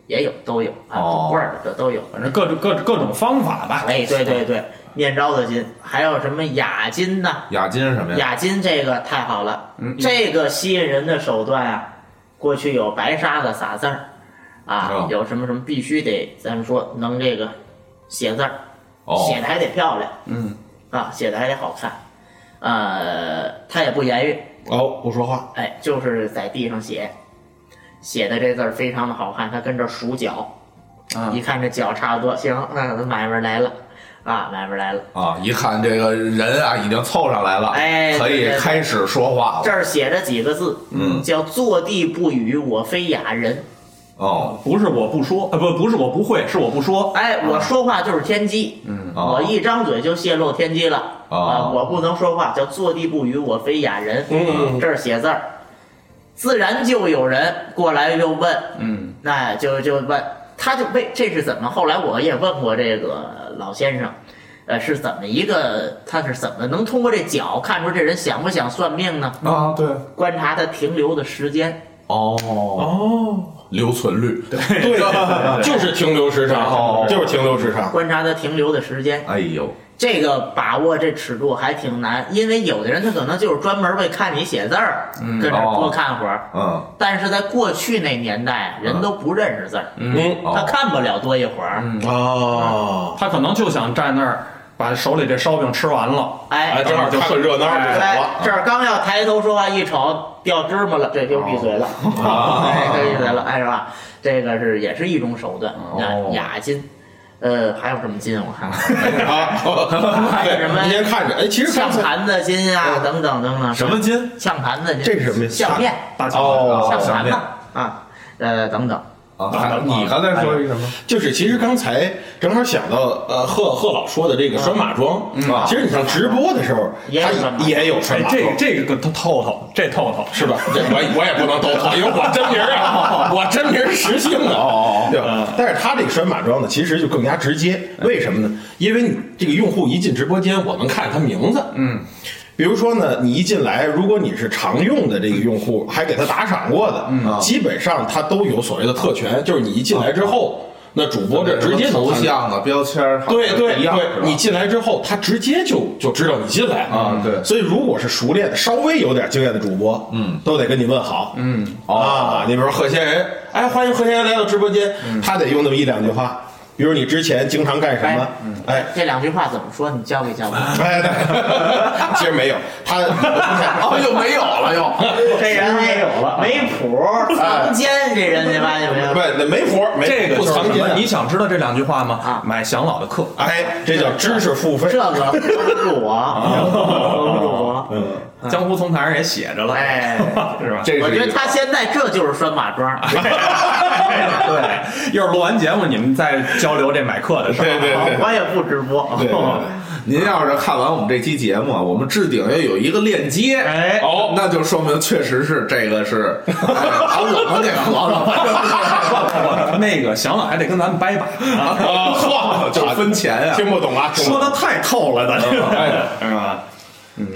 Speaker 3: 也也有都有啊，
Speaker 7: 哦
Speaker 3: 卜棍儿的都有。
Speaker 5: 反正各种各种各种方法吧。
Speaker 3: 哎，对对对，念招的金，还有什么雅金呐？
Speaker 7: 雅金是什么呀？
Speaker 3: 雅金这个太好了，这个吸引人的手段啊，过去有白沙子撒字儿，啊，
Speaker 7: 哦
Speaker 3: 有什么什么必须得，咱们说能这个写字儿，
Speaker 7: 哦
Speaker 3: 写的还得漂亮，嗯，啊，写的还得好看，呃，他也不言语，
Speaker 6: 哦，不说话，
Speaker 3: 哎，就是在地上写，写的这字儿非常的好看，他跟这儿数脚，
Speaker 5: 啊
Speaker 3: 一看这脚差不多，行，嗯，买卖来了，啊，买卖来了。
Speaker 7: 啊，一看这个人啊，已经凑上来了，
Speaker 3: 哎
Speaker 7: 可以
Speaker 3: 对对
Speaker 7: 开始说话
Speaker 3: 这
Speaker 7: 了。
Speaker 3: 儿写着几个字，嗯，叫“坐地不语，我非雅人
Speaker 7: 哦
Speaker 5: 不是我不说，呃，不，不是我不会，是我不”。说。
Speaker 3: 哎，我说话就是天机，嗯，
Speaker 7: 啊
Speaker 3: 我一张嘴就泄露天机了
Speaker 7: 哦
Speaker 3: 啊！我不能说话，叫“坐地不语，我非雅人”。
Speaker 6: 嗯，
Speaker 3: 这儿写字儿，自然就有人过来就问，嗯，那就就问，他就为这是怎么？后来我也问过这个老先生。呃，是怎么一个？他是怎么能通过这脚看出这人想不想算命呢？
Speaker 7: 啊，对，
Speaker 3: 观察他停留的时间，
Speaker 7: 哦
Speaker 5: 哦，
Speaker 7: 留存率。
Speaker 6: 对，就是停留时
Speaker 7: 哦
Speaker 6: 长，就是停留时长。
Speaker 3: 观察它停留的时间，
Speaker 7: 哎呦，
Speaker 3: 这个把握这尺度还挺难，因为有的人他可能就是专门为看你写字儿，
Speaker 6: 嗯
Speaker 3: 跟着
Speaker 6: 哦
Speaker 3: 多看会儿。
Speaker 7: 嗯，
Speaker 3: 但是在过去那年代，人都不认识字儿，
Speaker 6: 嗯
Speaker 7: 哦
Speaker 3: 他看不了多一会儿。
Speaker 6: 哦，
Speaker 5: 他可能就想站那儿把手里这烧饼吃完了，
Speaker 6: 哎，
Speaker 3: 哎，
Speaker 6: 正好看个热闹就走
Speaker 3: 哎
Speaker 6: 了。，
Speaker 3: 这儿刚要抬头说话，一瞅掉芝麻了，这就闭嘴了，
Speaker 6: 哦
Speaker 3: 哎，这闭嘴了，哎，是吧？这个是也是一种手段，啊，
Speaker 7: 哦
Speaker 3: 雅金，呃，还有什么金？我看看。
Speaker 6: 啊，
Speaker 3: 还有什么
Speaker 6: 对，您先看着，哎，其实
Speaker 3: 像
Speaker 6: 刚才呃
Speaker 3: 盘子金啊，等等等等，
Speaker 7: 什么金？
Speaker 3: 像盘子金？
Speaker 6: 这是什么呀
Speaker 3: 相面，
Speaker 5: 大家
Speaker 7: 哦
Speaker 3: 像盘
Speaker 7: 面
Speaker 3: 嘛啊，呃，等等，
Speaker 7: 啊，还你刚才说一个什么？
Speaker 6: 哎就是其实刚才正好想到，呃，贺贺老说的这
Speaker 7: 嗯
Speaker 6: 个拴马桩，啊其实你像直播的时候，
Speaker 3: 也有拴马
Speaker 6: 他
Speaker 3: 桩
Speaker 6: 也有拴
Speaker 5: 哎，
Speaker 6: 马桩。
Speaker 5: 这这个透透，这透透，
Speaker 6: 是吧？这我我也不能都投，因为我真名儿啊，我真名儿实姓啊，哦嗯对吧？但是他这个拴马桩呢，其实就更加直接，为什么呢？因为你这个用户一进直播间，我能看他名字，嗯。比如说呢，你一进来，如果你是常用的这个用户，还给他打赏过的，基本上他都有所谓的特权，就是你一进来之后，那主播这直接能
Speaker 7: 头
Speaker 6: 看到
Speaker 7: 像啊、标签儿，
Speaker 6: 对对
Speaker 7: 一
Speaker 6: 对
Speaker 7: 样是，吧
Speaker 6: 你进来之后，他直接就就知道你进来
Speaker 7: 啊对
Speaker 6: 所以如果是熟练的、稍微有点经验的主播，嗯，都得跟你问好，嗯啊，你比如说贺仙人，哎，欢迎贺仙人来到直播间，他得用那么一两句话，比如你之前经常干什么
Speaker 3: 哎，嗯
Speaker 6: 哎。
Speaker 3: 这两句话怎么说？你教给教我。
Speaker 6: 哎，对， 其实没有他，
Speaker 7: 哦，又没有了又。
Speaker 3: 这人没有了，没谱儿，藏奸，这人你发现没有
Speaker 6: 不？，那没活儿，没
Speaker 5: 这个
Speaker 6: 不
Speaker 5: 就是
Speaker 6: 藏
Speaker 5: 什
Speaker 6: 奸
Speaker 5: 么？
Speaker 6: 啊
Speaker 5: 你想知道这两句话吗
Speaker 3: 啊？
Speaker 5: 买祥老的课，
Speaker 6: 哎，这叫知识付费
Speaker 3: 这，个搂不住我，搂不住我。
Speaker 5: 江湖从台上也写着了，
Speaker 3: 哎，
Speaker 5: 是吧？
Speaker 7: 这
Speaker 3: 我觉得
Speaker 7: 是
Speaker 3: 他现在这就是拴马桩，
Speaker 5: 对，一会儿录完节目，你们再交流这买课的事儿。
Speaker 6: 对对对
Speaker 3: 我也不直播。
Speaker 6: 对对对
Speaker 7: 您要是看完我们这期节目啊，我们置顶要有一个链接，
Speaker 5: 哎
Speaker 7: 哦， 那就说明确实是这个是哎把我们给合了，
Speaker 5: 那个祥老还得跟咱们掰把，
Speaker 6: 啊，嚯，
Speaker 7: 就分钱啊。
Speaker 6: 听不懂啊，听不
Speaker 5: 说
Speaker 6: 懂
Speaker 5: 的太透了，咱这
Speaker 7: 哎
Speaker 5: 是吧？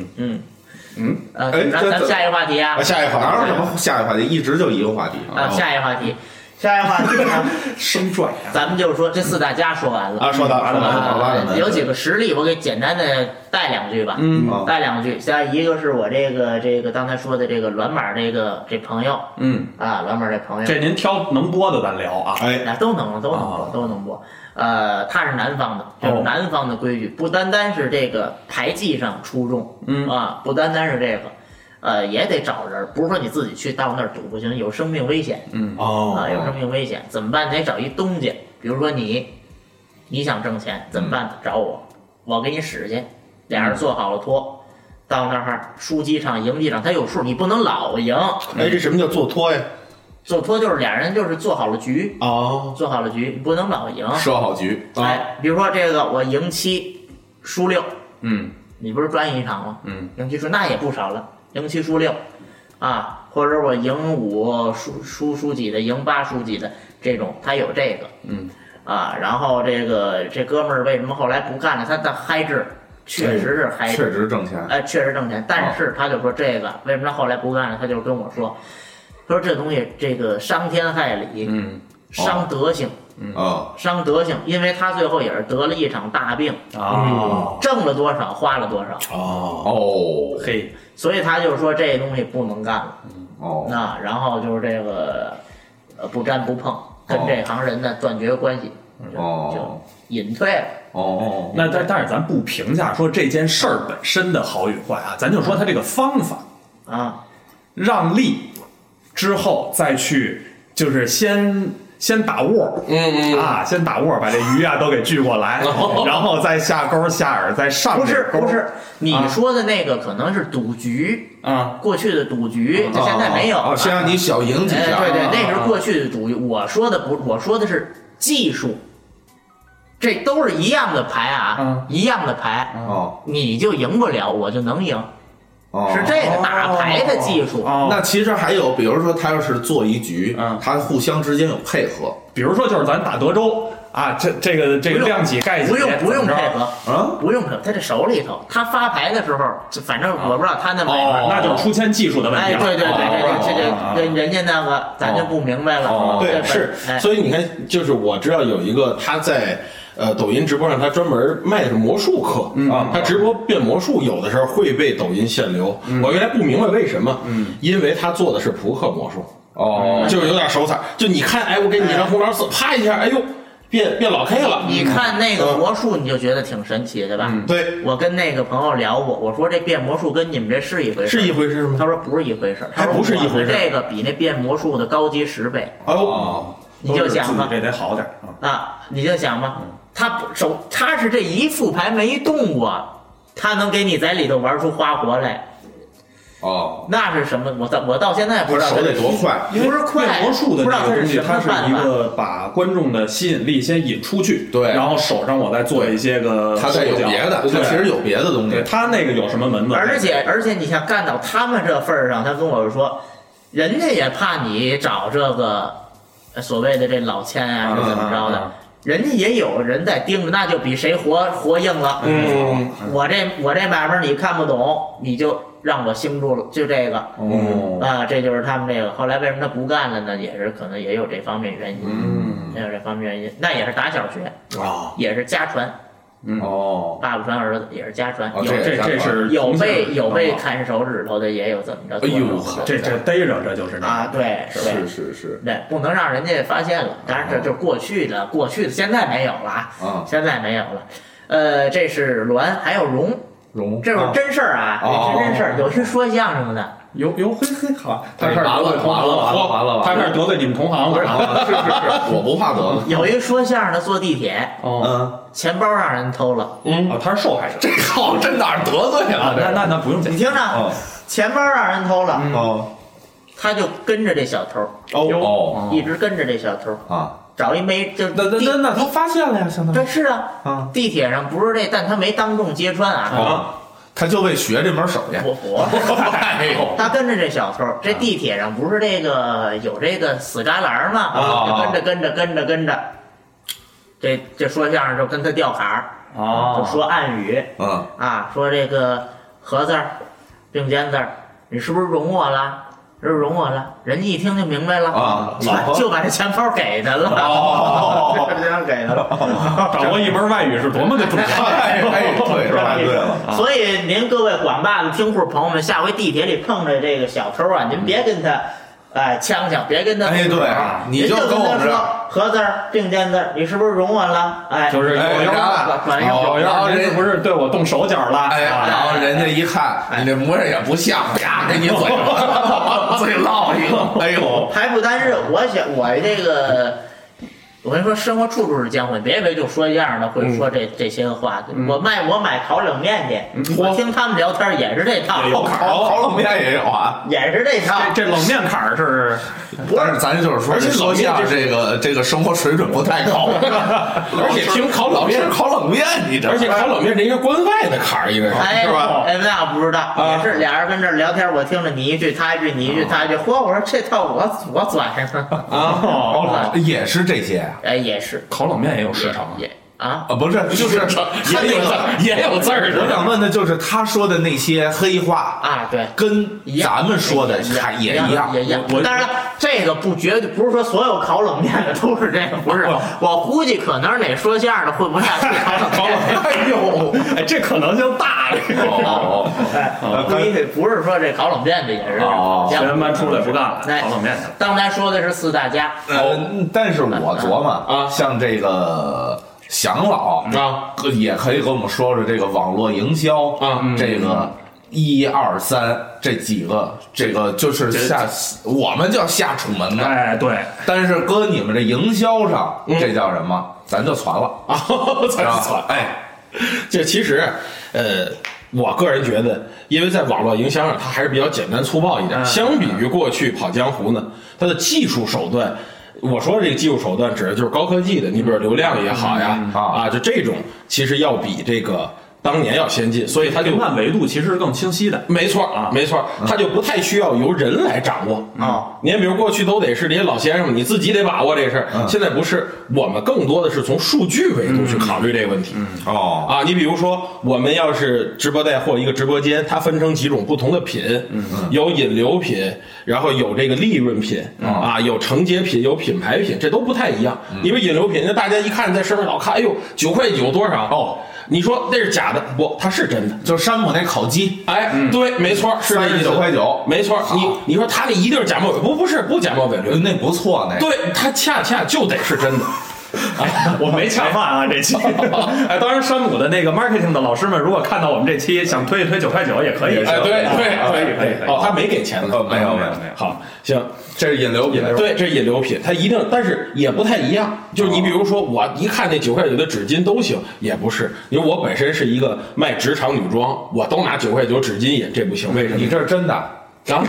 Speaker 3: 呃，
Speaker 7: 哎
Speaker 3: 咱
Speaker 7: 这
Speaker 3: 咱
Speaker 7: 怎
Speaker 3: 下一个话题啊
Speaker 6: 啊，下一话
Speaker 7: 哪有什么下一个话题？一直就一个话题
Speaker 3: 啊，下一个话题，下一个话题呢，
Speaker 5: 生拽啊！
Speaker 3: 咱们就说这四大家说完了
Speaker 6: 啊，说到
Speaker 5: 完了完了
Speaker 7: 好吧
Speaker 3: 啊
Speaker 7: 咱们
Speaker 3: 有几个实例，我给简单的带两句吧。嗯
Speaker 7: 啊
Speaker 3: 带两句。像一个是我这个这个刚才说的这个软码这个这朋友
Speaker 5: 嗯，
Speaker 3: 啊，软码这朋友，
Speaker 5: 这您挑能播的咱聊啊。
Speaker 6: 哎，
Speaker 3: 啊都能都能播
Speaker 5: 啊
Speaker 3: 都能播。呃，他是南方的，就是南方的规矩，不单单是这个牌技上出众，嗯啊，不单单是这个。呃，也得找人，不是说你自己去到那儿赌不行，有生命危险。
Speaker 6: 哦
Speaker 3: 啊，有生命危险，怎么办？得找一东家，比如说你，你想挣钱怎么办？找我，我给你使去。俩人做好了托，到那儿输几场赢几场，他有数，你不能老赢。
Speaker 6: 哎，这什么叫做托呀？
Speaker 3: 做托就是俩人就是做好了局，
Speaker 6: 哦，
Speaker 3: 做好了局，你不能老赢。
Speaker 7: 设好局，啊
Speaker 3: 哎，比如说这个我赢七，输六，
Speaker 5: 嗯，
Speaker 3: 你不是赚一场吗？
Speaker 5: 嗯，
Speaker 3: 赢七输那也不少了，赢七输六，啊，或者我赢五输输输几的，赢八输几的这种，他有这个，嗯，啊，然后这个这哥们儿为什么后来不干了？他的嗨制确实是嗨制，
Speaker 7: 确实挣钱。啊
Speaker 3: 哎，确实挣钱，但是他就说这个为什么他后来不干了？他就跟我说，他说这东西这个伤天害理，
Speaker 5: 嗯，
Speaker 7: 哦
Speaker 3: 伤德性，
Speaker 7: 啊，
Speaker 3: 伤德性，因为他最后也是得了一场大病，
Speaker 5: 啊，
Speaker 3: 挣了多少花了多少，
Speaker 7: 哦
Speaker 5: 嘿，
Speaker 3: 所以他就说这东西不能干了。
Speaker 7: 哦，
Speaker 3: 那然后就是这个，呃，不沾不碰，跟这行人呢断绝关系，就
Speaker 7: 哦
Speaker 3: 就隐退了。
Speaker 7: 哦哦，
Speaker 5: 那但但是咱不评价说这件事儿本身的好与坏啊，咱就说他这个方法
Speaker 3: 啊，
Speaker 5: 让利之后再去，就是先。先打窝，嗯嗯啊，先打窝，把这鱼啊都给聚过 来，然后再下钩下饵，再
Speaker 7: 啊
Speaker 5: 上
Speaker 3: 哦不是
Speaker 5: 这钩
Speaker 3: 不是，你说的那个可能是赌局，
Speaker 5: 啊，
Speaker 3: 过去的赌局，这现在没有啊
Speaker 7: 哦，
Speaker 3: 了。
Speaker 7: 先让你小赢几
Speaker 3: 哎，
Speaker 7: 下，
Speaker 3: 对对，那
Speaker 5: 啊
Speaker 3: 是过去的赌局。我说的不，我说的是技术，这都是一样的牌啊
Speaker 5: 嗯，
Speaker 3: 一样的牌，
Speaker 7: 哦
Speaker 3: 你就赢不了，我就能赢，
Speaker 7: 哦，
Speaker 3: 是这个打牌的技术。
Speaker 5: 哦
Speaker 7: 那其实还有，比如说他要是做一局，
Speaker 5: 嗯
Speaker 7: 他互相之间有配合，
Speaker 5: 比如说，就是咱打德州，啊，这这个这个
Speaker 3: 不用
Speaker 5: 量级概几
Speaker 3: 不用不用
Speaker 5: 哎怎么着
Speaker 3: 配合
Speaker 7: 啊，
Speaker 3: 不用配合，他这手里头，他发牌的时候，就反正我不知道他那买法
Speaker 5: 哦，那就出现技术的问
Speaker 3: 哎，
Speaker 5: 题了。
Speaker 3: 对对
Speaker 5: 哦
Speaker 3: 对，这这
Speaker 5: 哦
Speaker 3: 这人人家那个咱就不明白
Speaker 7: 哦
Speaker 3: 了。哎
Speaker 6: 对，是，
Speaker 7: 哎
Speaker 6: 所以你看，就是我知道有一个他在呃抖音直播上，他专门卖的是魔术课、
Speaker 7: 嗯
Speaker 6: 啊，他直播变魔术，有的时候会被抖音限流。
Speaker 7: 嗯
Speaker 6: 我原来不明白为什么，因为他做的是扑克魔术，
Speaker 3: 嗯
Speaker 7: 哦，
Speaker 6: 就是有点手彩。就你看，哎，我给你一张红桃四，啪一下，哎呦，变变老 K 了。
Speaker 3: 你看那个魔术，你就觉得挺神奇，对吧？
Speaker 6: 对，
Speaker 3: 我跟那个朋友聊过，我说这变魔术跟你们这是一回事，
Speaker 6: 是一回事吗
Speaker 3: 他说不是一回事，
Speaker 6: 还不是一回事
Speaker 3: 他说我们这个比那变魔术的高级十倍
Speaker 6: 哎呦，
Speaker 5: 哦，
Speaker 3: 你就想吧
Speaker 5: 都是自己这得好点儿啊。
Speaker 3: 啊！你就想吧，他不手他是这一副牌没动过，他能给你在里头玩出花活来，
Speaker 7: 哦，
Speaker 3: 那是什么？我到我到现在不知道
Speaker 7: 手得多快，
Speaker 3: 不是快
Speaker 5: 变魔术的
Speaker 3: 不知道
Speaker 5: 这个
Speaker 3: 它是
Speaker 5: 东西，
Speaker 3: 什么
Speaker 5: 它是
Speaker 3: 办
Speaker 5: 一
Speaker 3: 法。
Speaker 5: 个把观众的吸引力先引出去，
Speaker 7: 对
Speaker 5: 然后手上我再做一些个
Speaker 7: 他再有
Speaker 5: 嗯手脚
Speaker 7: 别的，他
Speaker 5: 对
Speaker 7: 其实有别的东
Speaker 5: 对
Speaker 7: 西。
Speaker 5: 他那个有什么门子？
Speaker 3: 而且而且你像干到他们这份儿上，他跟我说，人家也怕你找这个呃所谓的这老千啊，是怎么
Speaker 5: 嗯
Speaker 3: 着
Speaker 5: 嗯嗯
Speaker 3: 的？人家也有人在盯着，那就比谁活活硬了。
Speaker 6: 嗯，
Speaker 3: 我这我这买卖你看不懂，你就让我兴住了，就这个
Speaker 5: 嗯
Speaker 7: 哦，
Speaker 3: 啊，这就是他们这个。后来为什么他不干了呢？也是可能也有这方面原因，
Speaker 5: 嗯
Speaker 3: 也有这方面原因。那也是打小学，
Speaker 5: 啊，
Speaker 3: 也是家传，
Speaker 7: 哦，
Speaker 3: 爸爸传儿子，也是家传。
Speaker 7: 哦
Speaker 3: 有
Speaker 7: 这
Speaker 5: 这这是
Speaker 3: 有被
Speaker 5: 从小
Speaker 3: 有被
Speaker 5: 啊
Speaker 3: 砍手指头的，也有怎么着。
Speaker 7: 哎呦
Speaker 3: 多少
Speaker 7: 呵
Speaker 5: 这这逮着这就是
Speaker 3: 啊，对
Speaker 7: 是
Speaker 3: 对
Speaker 7: 是是，
Speaker 3: 对，不能让人家发现了。当然这就是过去的，过去的现在没有了啊，
Speaker 7: 啊，
Speaker 3: 现在没有了。呃，这是栾，还有荣，
Speaker 7: 荣，
Speaker 3: 这是真事儿啊，
Speaker 7: 哦
Speaker 3: 这是真事儿。有是说相声的，
Speaker 5: 哟哟嘿嘿，好，他开始
Speaker 7: 完
Speaker 5: 得
Speaker 7: 了
Speaker 5: 罪同
Speaker 7: 完
Speaker 5: 行
Speaker 7: 了完了
Speaker 5: 了，
Speaker 7: 完了
Speaker 5: 他
Speaker 7: 完
Speaker 5: 开
Speaker 7: 了，
Speaker 5: 始得罪你们同行了啊。
Speaker 7: 是是是，我不怕得了。
Speaker 3: 有一说相声的坐地铁，
Speaker 5: 哦，
Speaker 7: 嗯，
Speaker 3: 钱包让人偷
Speaker 7: 哦
Speaker 3: 了。
Speaker 5: 啊，他是受害者
Speaker 7: 这好，这哪儿得罪
Speaker 5: 啊
Speaker 7: 了？，
Speaker 5: 那那那不用讲
Speaker 3: 你，听着
Speaker 7: 哦，
Speaker 3: 钱包让人偷了，
Speaker 7: 哦
Speaker 3: 他就跟着这小偷，
Speaker 5: 嗯
Speaker 7: 哦
Speaker 3: 一直跟着这小偷，
Speaker 7: 啊，
Speaker 3: 找一没就
Speaker 7: 那那那那他发现了呀，相当于
Speaker 3: 这是啊，
Speaker 7: 啊
Speaker 3: 地铁上不是这，但他没当众揭穿啊，
Speaker 7: 啊，他就为学这门手艺。
Speaker 3: 我我。
Speaker 7: 哎呦，嗯
Speaker 3: 他跟着这小偷，这地铁上不是这个有这个死旮旯吗？
Speaker 7: 啊
Speaker 3: 就跟着跟着跟着跟着，这这说相声就跟他掉坎儿，
Speaker 7: 哦
Speaker 3: 就
Speaker 5: 啊
Speaker 3: 说暗语
Speaker 7: 嗯，
Speaker 3: 啊，说这个合字儿、并肩字儿，你是不是容我了？是不是容我了？人家一听就明白了
Speaker 7: 啊
Speaker 3: 就把
Speaker 7: 老婆
Speaker 3: 就把这钱包给他了，
Speaker 7: 哦
Speaker 3: 这钱包给他了。
Speaker 5: 掌握一门外语是多么的重要。
Speaker 7: 哎哎，对，说太对了。
Speaker 3: 所以您各位广大的听户朋友们，下回地铁里碰着这个小偷啊，您别跟他，哎，呛呛，别跟他。
Speaker 7: 嗯哎，对，你
Speaker 3: 您
Speaker 7: 就
Speaker 3: 就
Speaker 7: 跟
Speaker 3: 跟
Speaker 7: 我
Speaker 3: 他
Speaker 7: 们这儿，
Speaker 3: 说合字儿、并肩字儿，你是不是容我了？哎，
Speaker 5: 就是有
Speaker 7: 哎
Speaker 5: 样
Speaker 7: 然
Speaker 5: 儿
Speaker 7: 后
Speaker 3: 管
Speaker 5: 有
Speaker 3: 用。
Speaker 5: 样儿，您是不是对我动手脚了？
Speaker 7: 哎，
Speaker 5: 啊
Speaker 7: 然后人家一看你这模样也不像，啪给你嘴了， 嘴落一个，哎呦，
Speaker 3: 还不单是我想，我这个，我跟你说，生活处处是江湖，你别以为就说一样的
Speaker 7: 嗯
Speaker 3: 会说这这些个话。我卖我买烤冷面
Speaker 7: 嗯
Speaker 3: 去，我听他们聊天也是这套，
Speaker 7: 烤烤冷面也有啊。
Speaker 3: 也是这套。
Speaker 5: 这这冷面坎儿是
Speaker 7: 但是咱就是说，
Speaker 6: 而且
Speaker 7: 这说
Speaker 6: 冷面
Speaker 7: 相声
Speaker 6: 这
Speaker 7: 这个这个生活水准不太高， 而
Speaker 6: 而且听烤冷
Speaker 7: 老
Speaker 6: 面
Speaker 7: 是，烤冷面，你这
Speaker 6: 而且烤冷面这应该关外的坎儿，应该是。
Speaker 3: 哎，
Speaker 7: 是吧啊
Speaker 3: 哎，那我不知道，也是俩人跟这儿聊天，我听着你一句他一句，你一句他一句，嚯，我说这套我我钻上了，
Speaker 5: 哦，
Speaker 3: 啊
Speaker 7: 也是这些啊
Speaker 3: 哎，也是
Speaker 5: 烤冷面也有市场啊。
Speaker 3: 也啊，
Speaker 7: 啊，不是，就是他
Speaker 6: 也
Speaker 7: 那
Speaker 6: 有字
Speaker 7: 个
Speaker 6: 儿，也有字儿
Speaker 7: 我
Speaker 6: 的。
Speaker 7: 想问的就是他说的那些黑话，
Speaker 3: 啊，对，
Speaker 7: 跟
Speaker 3: 一样
Speaker 7: 咱们说的
Speaker 3: 一
Speaker 7: 还
Speaker 3: 样
Speaker 7: 也
Speaker 3: 一
Speaker 7: 一样
Speaker 3: 也一样
Speaker 5: 我。
Speaker 3: 当然了，这个不绝对，不是说所有烤冷面的都是这个，不是。
Speaker 7: 啊
Speaker 3: 我估计可能是哪说相声的混不下去烤冷面。
Speaker 7: 哎呦，
Speaker 5: 哎，这可能性大了。
Speaker 7: 哦，
Speaker 3: 哎， 不一定不是说这烤冷面的也是
Speaker 7: 哦
Speaker 5: 学员班出来不干了，
Speaker 3: 哎
Speaker 5: 烤冷面去了。
Speaker 3: 刚才说的是四大家，
Speaker 7: 呃，但是我琢磨啊，像这个祥老
Speaker 6: 啊，
Speaker 7: 呃也可以跟我们说说这个网络营销
Speaker 6: 啊嗯
Speaker 7: 这个。一二三，这几个，这个就是下，我们叫下楚门的。
Speaker 5: 哎，对，
Speaker 7: 但是搁你们这营销上，这叫什么？咱就传了，
Speaker 6: 啊，
Speaker 7: 是
Speaker 6: 才
Speaker 7: 吧
Speaker 6: 是错。
Speaker 7: 哎，
Speaker 6: 就其实，呃，我个人觉得，因为在网络营销上，它还是比较简单粗暴一点。相比于过去跑江湖呢，它的技术手段。我说的这个技术手段指的就是高科技的，你比如流量也好呀，
Speaker 7: 啊
Speaker 6: 啊，就这种其实要比这个当年要先进，所以它就
Speaker 5: 评判维度其实是更清晰的。
Speaker 6: 没错
Speaker 5: 啊
Speaker 6: 没错，它就不太需要由人来掌握啊
Speaker 3: 哦。
Speaker 6: 你比如过去都得是这些老先生们，你自己得把握这事儿。现在不是，我们更多的是从数据维度去考虑这个问题。
Speaker 7: 哦，
Speaker 6: 啊，你比如说，我们要是直播带货，一个直播间，它分成几种不同的品，
Speaker 7: 嗯
Speaker 6: 有引流品，然后有这个利润品，
Speaker 7: 嗯
Speaker 6: 啊，有承接品，有品牌品，这都不太一样。因为引流品，那大家一看在上面老看，哎呦，九块九多少？哦，你说那是假的，不，它是真的。
Speaker 7: 就是山姆那烤鸡，
Speaker 6: 哎，对，没错，是这
Speaker 7: 三
Speaker 6: 意
Speaker 7: 十
Speaker 6: 思
Speaker 7: 九块九，
Speaker 6: 没错。你你说他那一定是假冒伪，不不是不假冒伪劣，
Speaker 7: 那不错那。
Speaker 6: 对，它恰恰就得是 真的。
Speaker 5: 我没恰饭啊，这期。哎，当然，山姆的那个 marketing 的老师们，如果看到我们这期，想推一推九块九也可以。
Speaker 6: 哎，对对
Speaker 5: 啊可以可以
Speaker 6: 对，
Speaker 5: 可以。
Speaker 6: 哦，他没给钱呢
Speaker 7: 呃，，没有没有
Speaker 5: 没有
Speaker 6: 好，行，
Speaker 7: 这是引流品，
Speaker 6: 对，这是引流品，它一定，但是也不太一样。就是你比如说，我一看那九块九的纸巾都行，也不是，因为我本身是一个卖职场女装，我都拿九块九纸巾也这不行，为什么
Speaker 7: 你？这是真的，
Speaker 6: 然后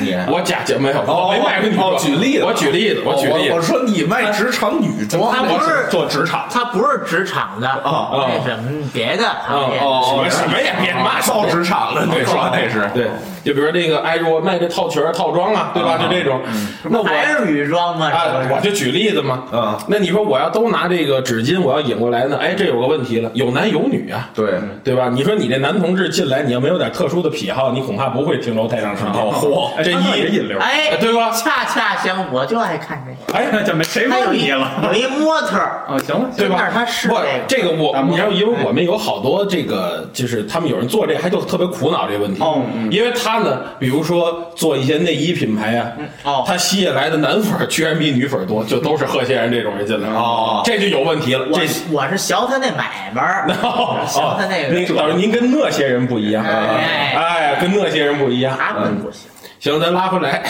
Speaker 7: 你
Speaker 6: 我假假没有，
Speaker 7: 哦
Speaker 6: 我没卖过女装，
Speaker 7: 哦举例子哦
Speaker 6: 我举例子，我举例
Speaker 7: 我
Speaker 6: 子，
Speaker 7: 说你卖职场女装，
Speaker 3: 他
Speaker 7: 哦那
Speaker 3: 不是
Speaker 5: 做职场，
Speaker 3: 他不是职场的，
Speaker 7: 哦
Speaker 3: 那什么别的行业的
Speaker 6: 哦哦，什么也别骂，
Speaker 7: 造职场的，
Speaker 6: 对
Speaker 7: 你说那
Speaker 5: 哎
Speaker 7: 是
Speaker 6: 对，就比如这个，哎，我卖这套裙儿、套装啊，对吧？就这种，那我
Speaker 3: 还是女装吗？
Speaker 6: 啊
Speaker 3: 是不，是
Speaker 6: 哦我就举例子嘛。
Speaker 7: 嗯
Speaker 6: 那你说我要都拿这个纸巾，我要引过来呢？哎，这有个问题了，有男有女啊，
Speaker 7: 对，
Speaker 6: 对吧？你说你这男同志进来，你要没有点特殊的癖好，你恐怕不会停留太长时间。哎
Speaker 7: 嚯
Speaker 6: 这
Speaker 5: 他那也
Speaker 6: 一
Speaker 5: 引流，
Speaker 3: 哎，
Speaker 6: 对吧
Speaker 3: 恰恰相，我就爱看这个。
Speaker 5: 哎，这没谁
Speaker 3: 还有
Speaker 5: 问
Speaker 3: 一
Speaker 5: 你了。
Speaker 3: 有一模特儿，
Speaker 5: 哦，行了，
Speaker 6: 对吧
Speaker 3: 但？是他是
Speaker 6: 不
Speaker 3: 这
Speaker 6: 这个我，
Speaker 5: 们
Speaker 6: 你要因为我们有好多这个，就是他们有人做这，还就特别苦恼这个问题。
Speaker 5: 哦嗯
Speaker 6: 因为他呢，比如说做一些内衣品牌啊，
Speaker 3: 哦
Speaker 6: 他吸引来的男粉儿居然比女粉儿多，就都是贺仙人这种人进来，
Speaker 7: 哦
Speaker 6: 这就有问题了。
Speaker 3: 我
Speaker 6: 这
Speaker 3: 我是学他那买卖 儿，学他那
Speaker 6: 哦您
Speaker 3: 个，
Speaker 6: 导致您跟那些人不一样，啊
Speaker 3: 哎啊
Speaker 6: 哎，跟那些人不一样。
Speaker 3: 他们不行。
Speaker 6: 行，咱拉回 来。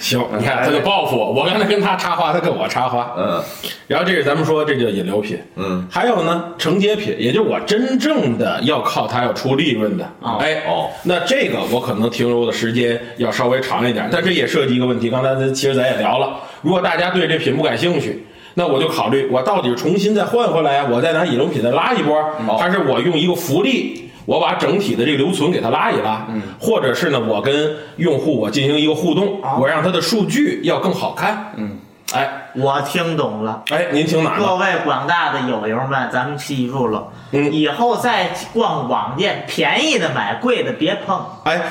Speaker 6: 行，你看他就报复我，我刚才跟他插话，他跟我插话。
Speaker 7: 嗯
Speaker 6: 然后这是咱们说这叫引流品，
Speaker 7: 嗯，
Speaker 6: 还有呢承接品，也就是我真正的要靠它要出利润的。
Speaker 3: 哦
Speaker 6: 哎哦，那这个我可能停留的时间要稍微长一点，但这也涉及一个问题，刚才咱其实咱也聊了，如果大家对这品不感兴趣。那我就考虑，我到底重新再换回来，我再拿引流品再拉一波，还是我用一个福利，我把整体的这个留存给它拉一拉，嗯，或者是呢，我跟用户我进行一个互动，我让它的数据要更好看，嗯，哎
Speaker 3: 我听懂了，
Speaker 6: 哎，您听哪
Speaker 3: 各
Speaker 6: 个？
Speaker 3: 位广大的友友们，咱们记住了，以后再逛网店，便宜的买，贵的别碰，
Speaker 6: 哎，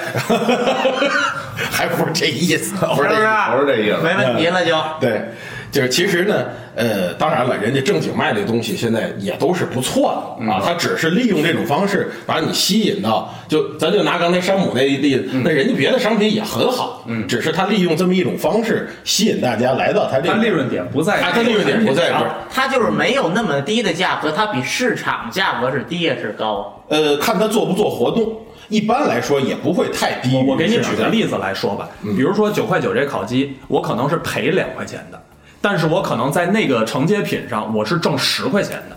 Speaker 6: 还不是这意思，
Speaker 7: 不
Speaker 6: 不
Speaker 7: 是这意思，不是这意思，
Speaker 3: 没问题了就。
Speaker 6: 对，就是其实呢，呃，当然了，人家正经卖这东西现在也都是不错的
Speaker 5: 嗯
Speaker 6: 啊，他只是利用这种方式把你吸引到，就咱就拿刚才山姆那例子，
Speaker 5: 嗯
Speaker 6: 那人家别的商品也很好，嗯，只是他利用这么一种方式吸引大家来到他这
Speaker 5: 他
Speaker 6: 个
Speaker 5: 利，润点不在，
Speaker 6: 啊，他利润点不在这儿，
Speaker 3: 它就是没有那么低的价格，它比市场价格是低也是高。
Speaker 6: 呃，看他做不做活动，一般来说也不会太低。
Speaker 5: 我我给你举个，例子来说吧，比如说九块九这烤鸡，我可能是赔两块钱的，但是我可能在那个承接品上我是挣十块钱的，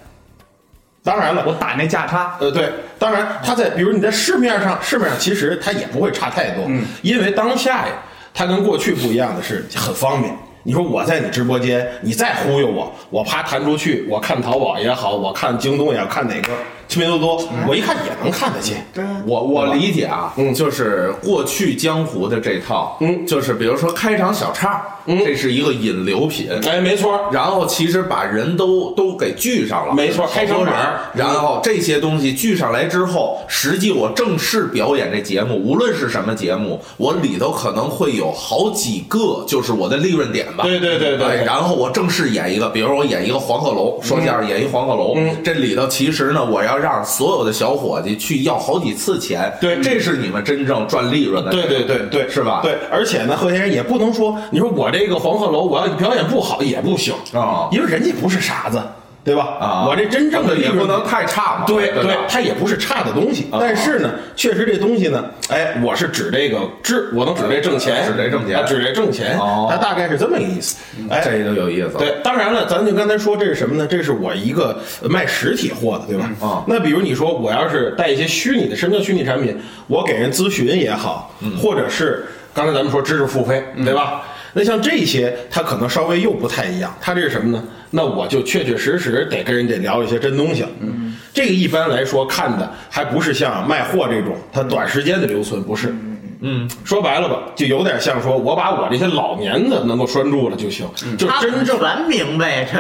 Speaker 6: 当然了，
Speaker 5: 我打那价差。
Speaker 6: 呃，对，当然，它在比如你在市面上，市面上其实它也不会差太多，因为当下呀，它跟过去不一样的是很方便。你说我在你直播间，你再忽悠我，我啪弹出去，我看淘宝也好，我看京东也好，看哪个拼多多，我一看也能看得见。
Speaker 7: 我我理解啊，就是过去江湖的这套，
Speaker 6: 嗯
Speaker 7: 就是比如说开场小岔，这是一个引流品，
Speaker 6: 哎，没错儿，
Speaker 7: 然后其实把人都都给聚上了，
Speaker 6: 没错
Speaker 7: 好多
Speaker 6: 开
Speaker 7: 人
Speaker 6: 场白。
Speaker 7: 然后这些东西聚上来之后，实际我正式表演这节目，无论是什么节目，我里头可能会有好几个，就是我的利润点吧。
Speaker 6: 对对对对
Speaker 7: 哎然后我正式演一个，比如说我演一个黄鹤楼，说相声演一黄鹤楼，这里头其实呢，我要让所有的小伙计去要好几次钱。
Speaker 6: 对
Speaker 7: 这是你们真正赚利润的。
Speaker 6: 对对对对，
Speaker 7: 是吧？
Speaker 6: 对，而且呢，贺先生也不能说，你说我这个黄鹤楼，我要表演不好也不行
Speaker 7: 啊
Speaker 6: 因为人家不是傻子，对吧？
Speaker 7: 啊，
Speaker 6: 我这真正的利
Speaker 7: 也
Speaker 6: 润
Speaker 7: 不能太差嘛。
Speaker 6: 对
Speaker 7: 吧
Speaker 6: 它也不是差的东
Speaker 7: 啊
Speaker 6: 西，但是呢，确实这东西呢，哎，我是指这个指，我能指这挣钱，
Speaker 7: 指这挣钱
Speaker 6: 啊指这挣钱
Speaker 7: 哦，
Speaker 6: 它大概是这么个意思。哎，
Speaker 7: 这就有意思了。
Speaker 6: 对，当然了，咱就刚才说这是什么呢？这是我一个呃卖实体货的，对吧？
Speaker 7: 嗯啊
Speaker 6: 那比如你说我要是带一些虚拟的，什么叫虚拟产品？我给人咨询也好，
Speaker 7: 嗯
Speaker 6: 或者是刚才咱们说知识付费，对吧？那像这些，它可能稍微又不太一样。它这是什么呢？那我就确确实实得跟人得聊一些真东西了。嗯，这个一般来说看的还不是像卖货这种，
Speaker 7: 嗯
Speaker 6: 它短时间的留存，不是。嗯，说白了吧，就有点像说，我把我这些老年的能够拴住了就行，
Speaker 7: 嗯
Speaker 6: 就
Speaker 3: 他
Speaker 6: 真
Speaker 3: 们
Speaker 6: 正
Speaker 3: 全明白这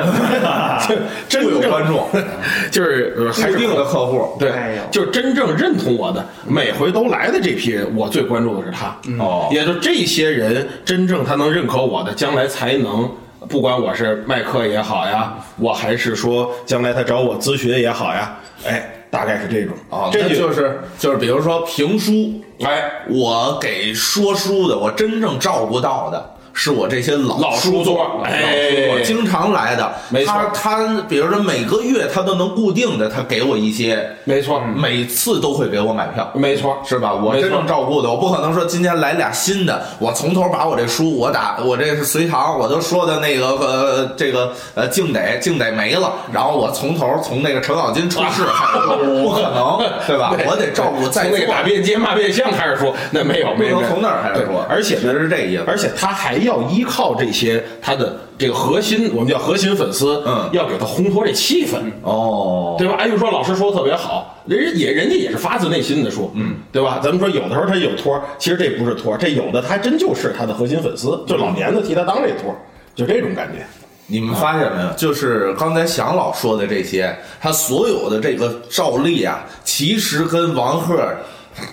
Speaker 6: 就真正
Speaker 7: 有观众，
Speaker 6: 就是呃还
Speaker 7: 固
Speaker 6: 是
Speaker 7: 定的客户，
Speaker 6: 对
Speaker 3: 哎呦，
Speaker 6: 就是真正认同我的，每回都来的这批人，我最关注的是他。
Speaker 7: 哦
Speaker 6: 也就这些人，真正他能认可我的，将来才能。不管我是卖课也好呀，我还是说将来他找我咨询也好呀，哎，大概是这种
Speaker 7: 啊，
Speaker 6: 这
Speaker 7: 那
Speaker 6: 就
Speaker 7: 就是就是，比如说评书，
Speaker 6: 哎，
Speaker 7: 我给说书的，我真正照顾到的是我这些老
Speaker 6: 老
Speaker 7: 哦书
Speaker 6: 书座
Speaker 7: 座，
Speaker 6: 哎
Speaker 7: 我经常来的，
Speaker 6: 没错
Speaker 7: 他他比如说每个月他都能固定的，他给我一些，
Speaker 6: 没错，
Speaker 7: 每次都会给我买票。
Speaker 6: 没错，
Speaker 7: 是吧？我
Speaker 6: 没错
Speaker 7: 真正照顾的，我不可能说今天来俩新的，我从头把我这书，我打我这是隋唐，我都说的那个呃这个呃敬得敬得没了，然后我从头从那个程咬金出世开始，不可能，对吧？我得照顾在
Speaker 6: 从
Speaker 7: 座
Speaker 6: 那个打遍街骂遍巷开始说，那没有，没有，
Speaker 7: 不能从那儿开始
Speaker 6: 对
Speaker 7: 说
Speaker 6: 而且
Speaker 7: 其
Speaker 6: 呢
Speaker 7: 实是这意思
Speaker 6: 而且他还要依靠这些他的这个核心，我们叫核心粉丝，
Speaker 7: 嗯
Speaker 6: 要给他烘托这气氛，
Speaker 7: 哦，
Speaker 6: 对吧？哎，就说老师说的特别好，人家也人家也是发自内心的说，嗯，对吧？咱们说有的时候他有托儿，其实这不是托儿，这有的他还真就是他的核心粉丝，就老年的替他当这托儿，就这种感觉。
Speaker 7: 你们发现没有？就是刚才祥老说的这些，他所有的这个照例啊，其实跟王赫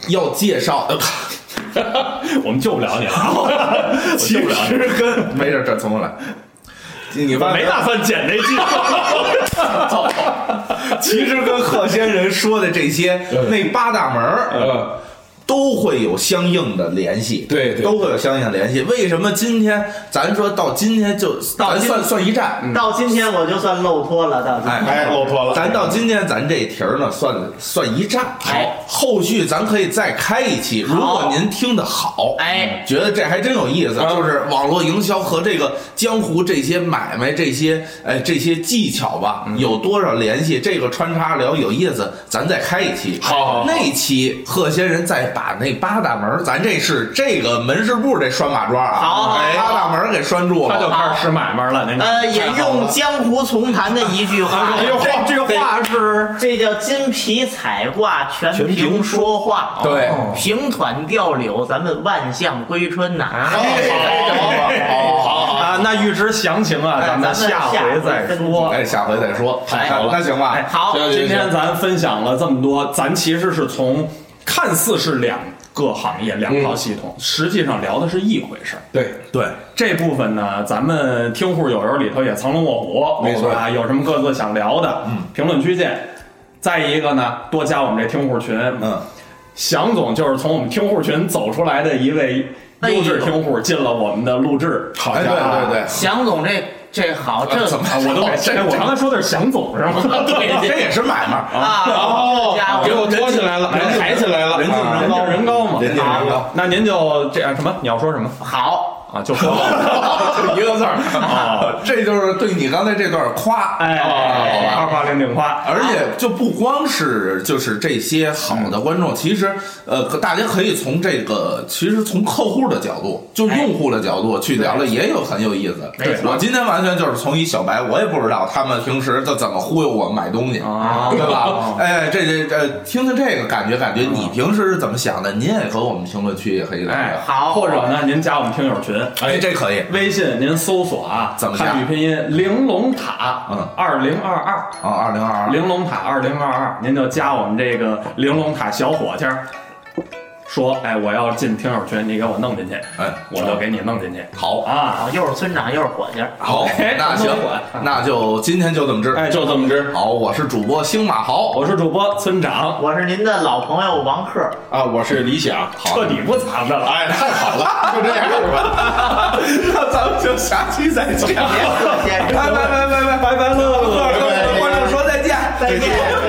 Speaker 7: 要介绍呃的，
Speaker 5: 我们救不了你了，我
Speaker 7: 其
Speaker 5: 救不了你，
Speaker 7: 实跟没事，这重来。你发
Speaker 5: 没
Speaker 7: 现
Speaker 5: 打算剪这季。
Speaker 7: 其实跟贺仙人说的这些那八大门儿
Speaker 6: 呃，
Speaker 7: 都会有相应的联系，
Speaker 6: 对对
Speaker 7: 都会有相应的联系。为什么今天咱说到今天就
Speaker 3: 到
Speaker 7: 咱
Speaker 3: 今嗯
Speaker 7: 算算一站？
Speaker 3: 到今天我就算露脱了，到今天。
Speaker 6: 哎，
Speaker 7: 哎，
Speaker 6: 露脱了，
Speaker 7: 咱到今天咱这题儿呢，算算一站。
Speaker 3: 哎，
Speaker 7: 后续咱可以再开一期。如果您听得好，
Speaker 3: 哎
Speaker 7: 觉得这还真有意思，就是网络营销和这个江湖这些买卖、这些哎这些技巧吧，有多少联系？这个穿插聊有意思，咱再开一期。
Speaker 6: 好好好
Speaker 7: 那期贺仙人再把那八大门儿，咱这是这个门市部这拴马桩啊，
Speaker 3: 好好
Speaker 7: 哎八大门儿给拴住
Speaker 5: 他就
Speaker 7: 了。
Speaker 5: 开始使买卖了，您看
Speaker 3: 呃，引用江湖丛谈的一句
Speaker 5: 啊
Speaker 3: 话，
Speaker 6: 哎呦
Speaker 3: 这句话
Speaker 6: 是
Speaker 3: 这叫金皮彩挂，全凭说话。
Speaker 7: 对，
Speaker 3: 平团吊柳，咱们万象归春呐、
Speaker 7: 好，
Speaker 5: 啊，那预知详情啊，
Speaker 3: 哎
Speaker 5: 咱们
Speaker 3: 咱们
Speaker 5: 下回再
Speaker 3: 下回
Speaker 5: 说。
Speaker 7: 哎，下回再说。
Speaker 3: 太
Speaker 7: 那
Speaker 3: 好哎了
Speaker 7: 那行吧。
Speaker 3: 好，
Speaker 6: 行
Speaker 5: 今天咱分享了这么多，咱其实是从看似是两个行业、两套系统，实际上聊的是一回事儿。
Speaker 6: 对，
Speaker 7: 嗯对，
Speaker 5: 这部分呢，咱们听户友友里头也藏龙卧虎，
Speaker 7: 没错嗯
Speaker 5: 啊，有什么各自想聊的，评论区见。再一个呢，多加我们这听户群。
Speaker 7: 嗯。
Speaker 5: 祥总就是从我们听户群走出来的一位优质听户，进了我们的录制。
Speaker 6: 好
Speaker 7: 哎，
Speaker 6: 家
Speaker 7: 对
Speaker 6: 伙，
Speaker 7: 对对，
Speaker 3: 祥总这这好，这
Speaker 7: 怎么
Speaker 5: 啊， 我都
Speaker 7: 这
Speaker 5: 哎，我刚才说的是祥总是吗？
Speaker 7: 这这也是买卖啊？
Speaker 3: 啊，
Speaker 6: 哦
Speaker 3: 这家，
Speaker 6: 给
Speaker 3: 伙
Speaker 6: 我托起来了，
Speaker 5: 人
Speaker 6: 抬起来了，
Speaker 5: 啊人敬人高，人高嘛，
Speaker 7: 人敬人高
Speaker 5: 好。那您就这样什么？你要说什么
Speaker 3: 好，
Speaker 5: 啊？就说
Speaker 7: 就一个字儿，这就是对你刚才这段夸，
Speaker 5: 哎，
Speaker 7: 好吧
Speaker 5: 二话零顶花。
Speaker 7: 而且就不光是就是这些好的观众，其实呃，可大家可以从这个其实从客户的角度，就用户的角度去聊了，也有很有意思。
Speaker 3: 没错
Speaker 7: 我今天完全就是从一小白，我也不知道他们平时都怎么忽悠我买东西。
Speaker 5: 啊，
Speaker 7: 对吧？哎，这这这，听听这个感觉，感觉你平时是怎么想的？您也和我们评论区也可以聊
Speaker 5: 哎
Speaker 7: 聊。，
Speaker 3: 好
Speaker 5: 或者呢，您加我们听友群，
Speaker 7: 哎，这可以
Speaker 5: 微信您搜索啊，
Speaker 7: 怎么加
Speaker 5: 汉语拼音玲珑塔，
Speaker 7: 嗯，
Speaker 5: 二零二二。
Speaker 7: 啊，二零二二。
Speaker 5: 玲珑塔二零二二，您就加我们这个玲珑塔小伙计儿，说，哎，我要进听友群，你给我弄进去，
Speaker 7: 哎
Speaker 5: 我就给你弄进去
Speaker 7: 好，
Speaker 5: 啊。
Speaker 3: 好，又是村长又是伙计儿，
Speaker 7: 好，
Speaker 5: 哎
Speaker 7: 那行
Speaker 5: 甭管，
Speaker 7: 那就今天就这么
Speaker 5: 哎，
Speaker 7: 知。
Speaker 5: 就这么着。
Speaker 7: 好，我是主播星马豪，
Speaker 5: 我是主播村长，
Speaker 3: 我是您的老朋友王克，
Speaker 6: 啊，我是李想，好
Speaker 5: 彻底不藏着了。
Speaker 6: 哎，太好了，就这样是吧？
Speaker 7: 那 咱们就下期再见。
Speaker 3: 别客气，
Speaker 7: 拜拜拜拜拜拜，
Speaker 5: 拜拜乐乐。
Speaker 7: 各位观众说再见，
Speaker 3: 再见。